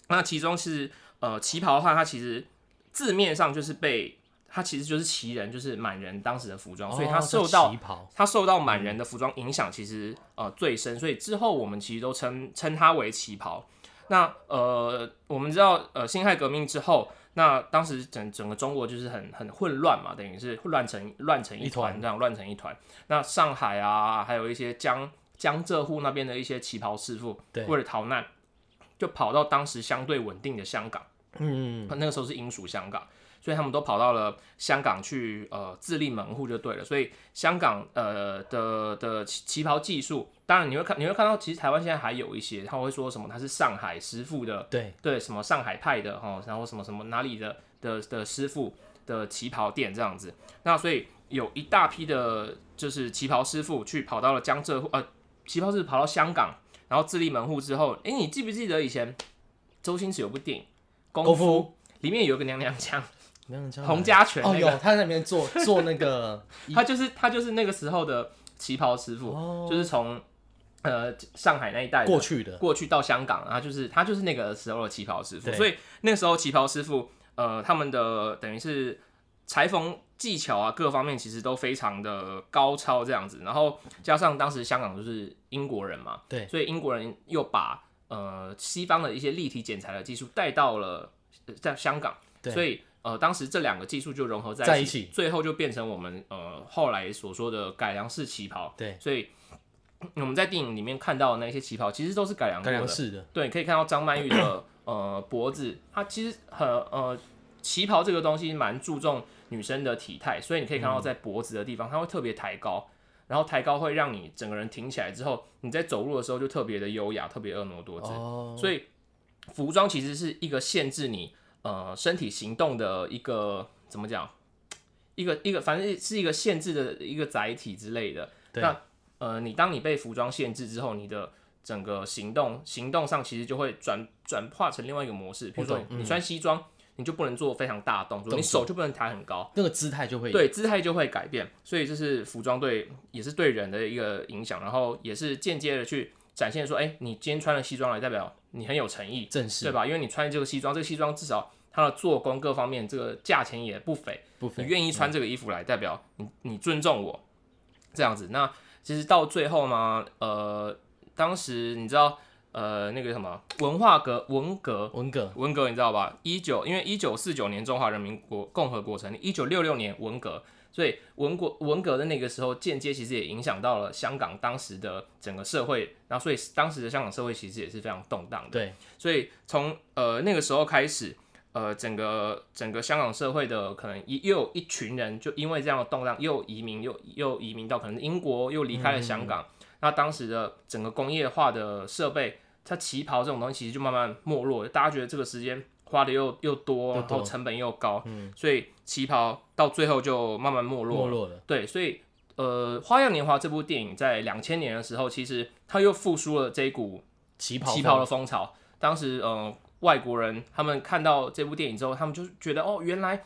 A: 那其中是呃旗袍的话，它其实字面上就是被它其实就是旗人，就是满人当时的服装，所以它
B: 哦
A: 受
B: 叫
A: 到
B: 旗袍，
A: 它受到满人的服装影响其实呃最深，所以之后我们其实都称称它为旗袍。那呃，我们知道呃辛亥革命之后，那当时整整个中国就是很很混乱嘛，等于是乱成乱成一
B: 一团
A: 团这样乱成一团。那上海啊，还有一些江江浙沪那边的一些旗袍师傅
B: 对，
A: 为了逃难，就跑到当时相对稳定的香港。
B: 嗯，
A: 那个时候是英属香港，所以他们都跑到了香港去呃自立门户就对了。所以香港呃的的旗旗袍技术，当然你会看你会看到，其实台湾现在还有一些，他会说什么他是上海师傅的，
B: 对，
A: 对什么上海派的哈，然后什么什么哪里的的的师傅的旗袍店这样子。那所以有一大批的，就是旗袍师傅去跑到了江浙沪，呃，旗袍是跑到香港，然后自立门户之后，诶，你记不记得以前周星驰有部电影《功夫》
B: 功夫
A: 里面有一个娘娘腔，
B: 没有人教
A: 洪
B: 来
A: 家拳
B: 哦，
A: 那
B: 有
A: 个，
B: 他在那边做做那个
A: 他就是他就是那个时候的旗袍师傅，
B: 哦，
A: 就是从呃上海那一带的
B: 过去的
A: 过去到香港，然后就是他就是那个时候的旗袍师傅，
B: 对
A: 所以那个时候旗袍师傅，呃，他们的等于是裁缝技巧啊，各方面其实都非常的高超这样子，然后加上当时香港就是英国人嘛，
B: 对
A: 所以英国人又把呃西方的一些立体剪裁的技术带到了呃在香港，
B: 对
A: 所以。呃，当时这两个技术就融合在
B: 在
A: 一
B: 一
A: 起，
B: 起
A: 最后就变成我们呃后来所说的改良式旗袍。
B: 对
A: 所以我们在电影里面看到的那些旗袍，其实都是改良过
B: 改
A: 的
B: 良。式的，
A: 对，可以看到张曼玉的呃脖子，它其实很呃旗袍这个东西蛮注重女生的体态，所以你可以
B: 嗯
A: 看到在脖子的地方，它会特别抬高，然后抬高会让你整个人挺起来之后，你在走路的时候就特别的优雅，特别婀娜多姿。
B: 哦，
A: 所以服装其实是一个限制你呃身体行动的一个怎么讲，一个一个反正是一个限制的一个载体之类的。
B: 对
A: 那呃，你当你被服装限制之后，你的整个行动行动上其实就会转转化成另外一个模式，比如说
B: 我懂嗯
A: 你穿西装，你就不能做非常大的动作，
B: 动
A: 你
B: 作
A: 手就不能抬很高。
B: 那个姿态就会有
A: 对，姿态就会改变，所以这是服装对也是对人的一个影响，然后也是间接的去展现说，哎、你今天穿了西装来，代表你很有诚意，
B: 正
A: 对
B: 式
A: 吧？因为你穿这个西装，这个西装至少它的做工各方面，这个价钱也不菲，嗯
B: 部
A: 你
B: 分，
A: 愿意穿这个衣服来，代表你你尊重我这样子。那其实到最后嘛，呃，当时你知道，呃，那个什么文化革文革
B: 文革
A: 文革你知道吧？一九因为一九四九年中华人民国共和国成立，一九六六年文革，所以文国文革的那个时候，间接其实也影响到了香港当时的整个社会，然后所以当时的香港社会其实也是非常动荡的。
B: 对，
A: 所以从呃那个时候开始，呃，整个整个香港社会的可能一又有一群人就因为这样的动荡，又移民又又移民到可能英国，又离开了香港。
B: 嗯
A: 那当时的整个工业化的设备，它旗袍这种东西其实就慢慢没落了。大家觉得这个时间花的又又多，
B: 又
A: 然
B: 多嗯
A: 后成本又高，所以旗袍到最后就慢慢没落了
B: 没落了，
A: 对，所以呃，《花样年华》这部电影在两千年的时候，其实它又复苏了这一股
B: 旗袍
A: 旗
B: 风
A: 袍的风潮。当时呃，外国人他们看到这部电影之后，他们就觉得哦，原来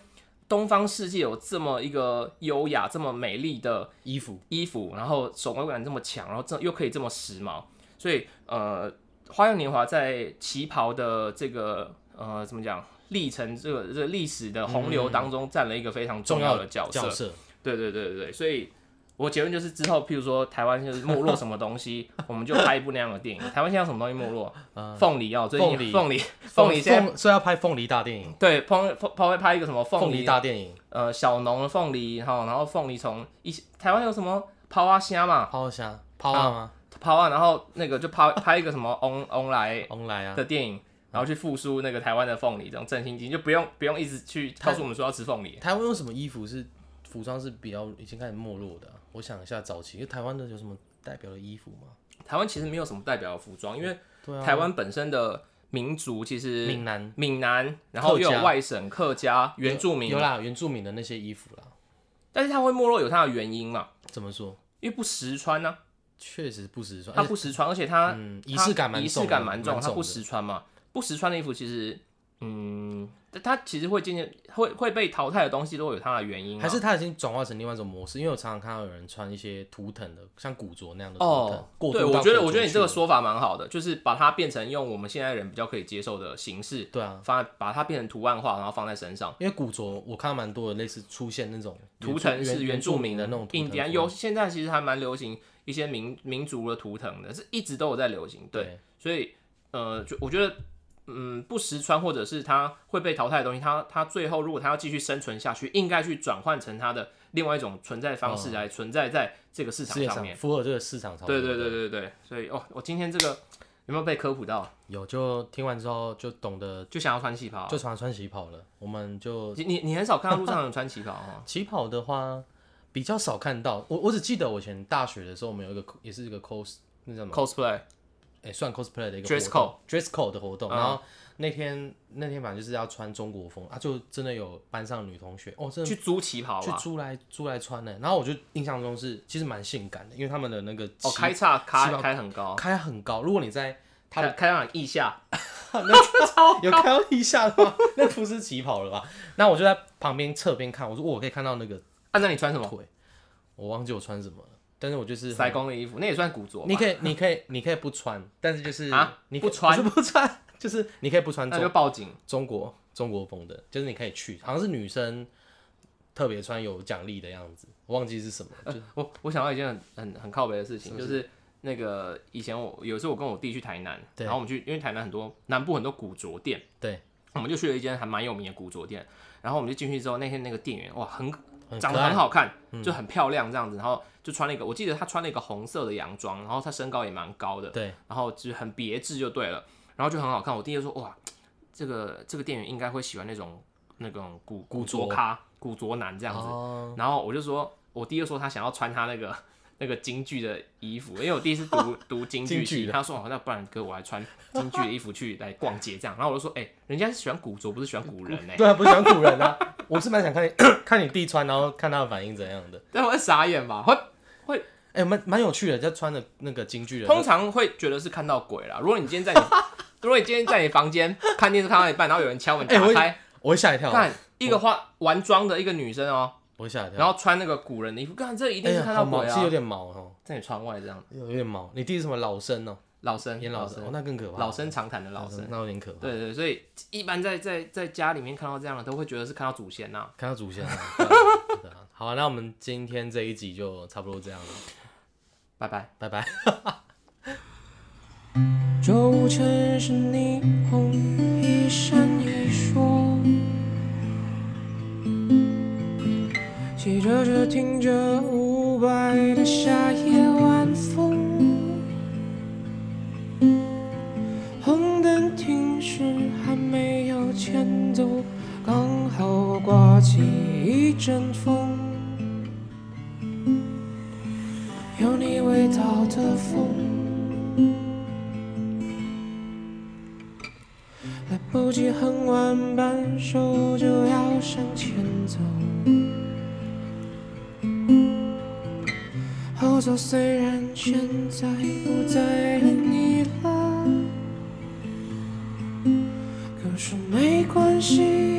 A: 东方世界有这么一个优雅、这么美丽的
B: 衣服
A: 衣服，然后手工感这么强，然后这又可以这么时髦，所以呃，《花样年华》在旗袍的这个呃怎么讲历程这个这个历史的洪流当中占了一个非常重要的角色
B: 角。色，
A: 对对对对对，所以我结论就是之后，譬如说台湾就是没落什么东西， 我们就拍一部那样的电影。台湾现在有什么东西没落？凤梨哦，最
B: 嗯凤
A: 近
B: 梨
A: 凤梨凤梨现在
B: 凤所以要拍凤梨大电影，
A: 对凤凤会拍一个什么
B: 凤
A: 凤
B: 梨
A: 梨
B: 大电影，
A: 呃小农的凤梨哈，然后凤梨从一些台湾有什么抛啊虾嘛，
B: 抛虾抛啊吗？
A: 抛啊，然后那个就拍拍一个什么 on on 来
B: 红来啊，
A: 的电影。然后去复苏那个台湾的凤梨，这种振兴经济就不用不用一直去告诉我们说要吃凤梨。
B: 台湾有什么衣服是服装是比较已经开始没落的啊、我想一下，早期因为台湾的有什么代表的衣服吗？
A: 台湾其实没有什么代表的服装，因为
B: 对啊，
A: 台湾本身的民族其实
B: 闽南
A: 闽南，然后又
B: 客
A: 有
B: 家
A: 外省客家原住民
B: 有，啦，原住民的那些衣服啦，
A: 但是它会没落有它的原因嘛，
B: 怎么说？
A: 因为不实穿呢、啊
B: 确实不时穿，
A: 它
B: 而且
A: 不实穿，而且它
B: 呃嗯，
A: 它
B: 仪式感蛮
A: 仪
B: 重
A: 式
B: 的，
A: 感蛮重，
B: 重的，
A: 它不实穿嘛，不实穿的衣服其实，嗯，但它其实会渐渐会会被淘汰的东西都有它的原因啊嘛，
B: 还是它已经转化成另外一种模式，因为我常常看到有人穿一些图腾的，像古着那样的图腾，
A: 哦，
B: 过渡
A: 对，
B: 到
A: 我觉得
B: 古着
A: 我觉得你这个
B: 去
A: 说法蛮好的，就是把它变成用我们现在人比较可以接受的形式，
B: 对啊，
A: 放在把它变成图案化，然后放在身上。
B: 因为古着我看到蛮多的类似出现那种
A: 图腾是原住民
B: 的那种图腾
A: 印第安
B: 风
A: 有，现在其实还蛮流行一些民民族的图腾的，是一直都有在流行。对，
B: 对
A: 所以呃，就我觉得，嗯，不实穿或者是它会被淘汰的东西，它它最后如果它要继续生存下去，应该去转换成它的另外一种存在方式来存在在这个市
B: 哦事
A: 场
B: 业
A: 上
B: 上哦
A: 面。
B: 符合这个市场潮流
A: 对对对对对，所以哦，我今天这个有没有被科普到？
B: 有就听完之后就懂得
A: 就想要穿旗袍，
B: 就常穿旗袍了。我们就
A: 你你你很少看到路上有人穿旗袍 哦。
B: 旗袍的话比较少看到，我我只记得我以前大学的时候，我们有一个也是一个 cos 那叫什么？
A: cosplay
B: 哎、算 cosplay 的一个
A: Dress 嗯
B: 活动 dress code 的活动。然后那天那天反正就是要穿中国风啊，就真的有班上女同学哦，真的
A: 去租旗袍
B: 去
A: 吧，
B: 租来租来穿的。然后我就印象中是其实蛮性感的，因为他们的那个
A: 哦，
B: 旗
A: 开叉
B: 旗
A: 开
B: 袍
A: 开很高。
B: 开很高，如果你在它
A: 开
B: 的
A: 开朗腋下，
B: 有开到地下的吗？ 那不是旗袍了吧？那我就在旁边侧边看，我说我可以看到那个
A: 啊，那你穿什么？
B: 腿，我忘记我穿什么了，但是我就是
A: 塞工的衣服，那也算古着吧。
B: 你可以，你可以，你可以不穿，但是就是
A: 啊
B: 你可以
A: 不穿
B: 是不穿， 就是你可以不穿
A: 那就
B: 中
A: 报警。
B: 中国中国风的，就是你可以去，好像是女生特别穿有奖励的样子，我忘记是什么了，就
A: 呃我我想到一件很很很靠北的事情，
B: 是不
A: 就是那个以前我有一次我跟我弟去台南，
B: 对
A: 然后我们去，因为台南很多南部很多古着店，
B: 对，
A: 我们就去了一间还蛮有名的古着店，然后我们就进去之后，那天那个店员哇，很长得很好看，
B: 嗯
A: 就很漂亮这样子，然后就穿了一个，我记得她穿了一个红色的洋装，然后她身高也蛮高的，
B: 对，
A: 然后就是很别致就对了，然后就很好看。我第一就说哇，这个这个店员应该会喜欢那种那种古古着咖、古着男这样子。
B: 哦，
A: 然后我就说，我弟就说他想要穿他那个 那个京剧的衣服，因为我弟是 读读京剧
B: 京剧
A: 系，
B: 的
A: 他说哦，那不然哥我来穿京剧的衣服去来逛街这样。然后我就说，哎、人家是喜欢古着，不是喜欢古 人呢、欸
B: 对啊，不是喜欢古人啊，我是蛮想看 你看你弟穿，然后看他的反应怎样的。
A: 但我会傻眼吧，会
B: 哎、蛮蛮有趣的，就穿的那个京剧的，
A: 通常会觉得是看到鬼啦。如果你今天 在你，如果你今天在你房间看电视看到一半，然后有人敲门
B: 哎
A: 打
B: 我
A: 开，
B: 我会哦吓一跳，
A: 看一个化完妆的一个女生哦、
B: 我会吓一跳。
A: 然后穿那个古人的衣服，看这一
B: 哎
A: 定是
B: 呀，
A: 看到
B: 好毛
A: 鬼啊
B: 是，有点毛哦，
A: 在你窗外这样，
B: 有点毛。你弟是什么老生哦，
A: 老生
B: 演老生，哦，那更可怕。
A: 老生常谈的老生。
B: 那有点可怕。
A: 对对，所以一般在在在家里面看到这样的，都会觉得是看到祖先呐、
B: 看到祖先 了。对啊对啊好啊，那我们今天这一集就差不多这样了，
A: 拜拜。
B: 拜拜。
C: 周城是霓虹，一闪一烁。骑着只听着伍佰的《夏夜晚风》，红灯停时还没有前走，刚好刮起一阵风，有你味道的风。来不及哼完半首就要向前走。后座虽然现在不再有你了，可是没关系。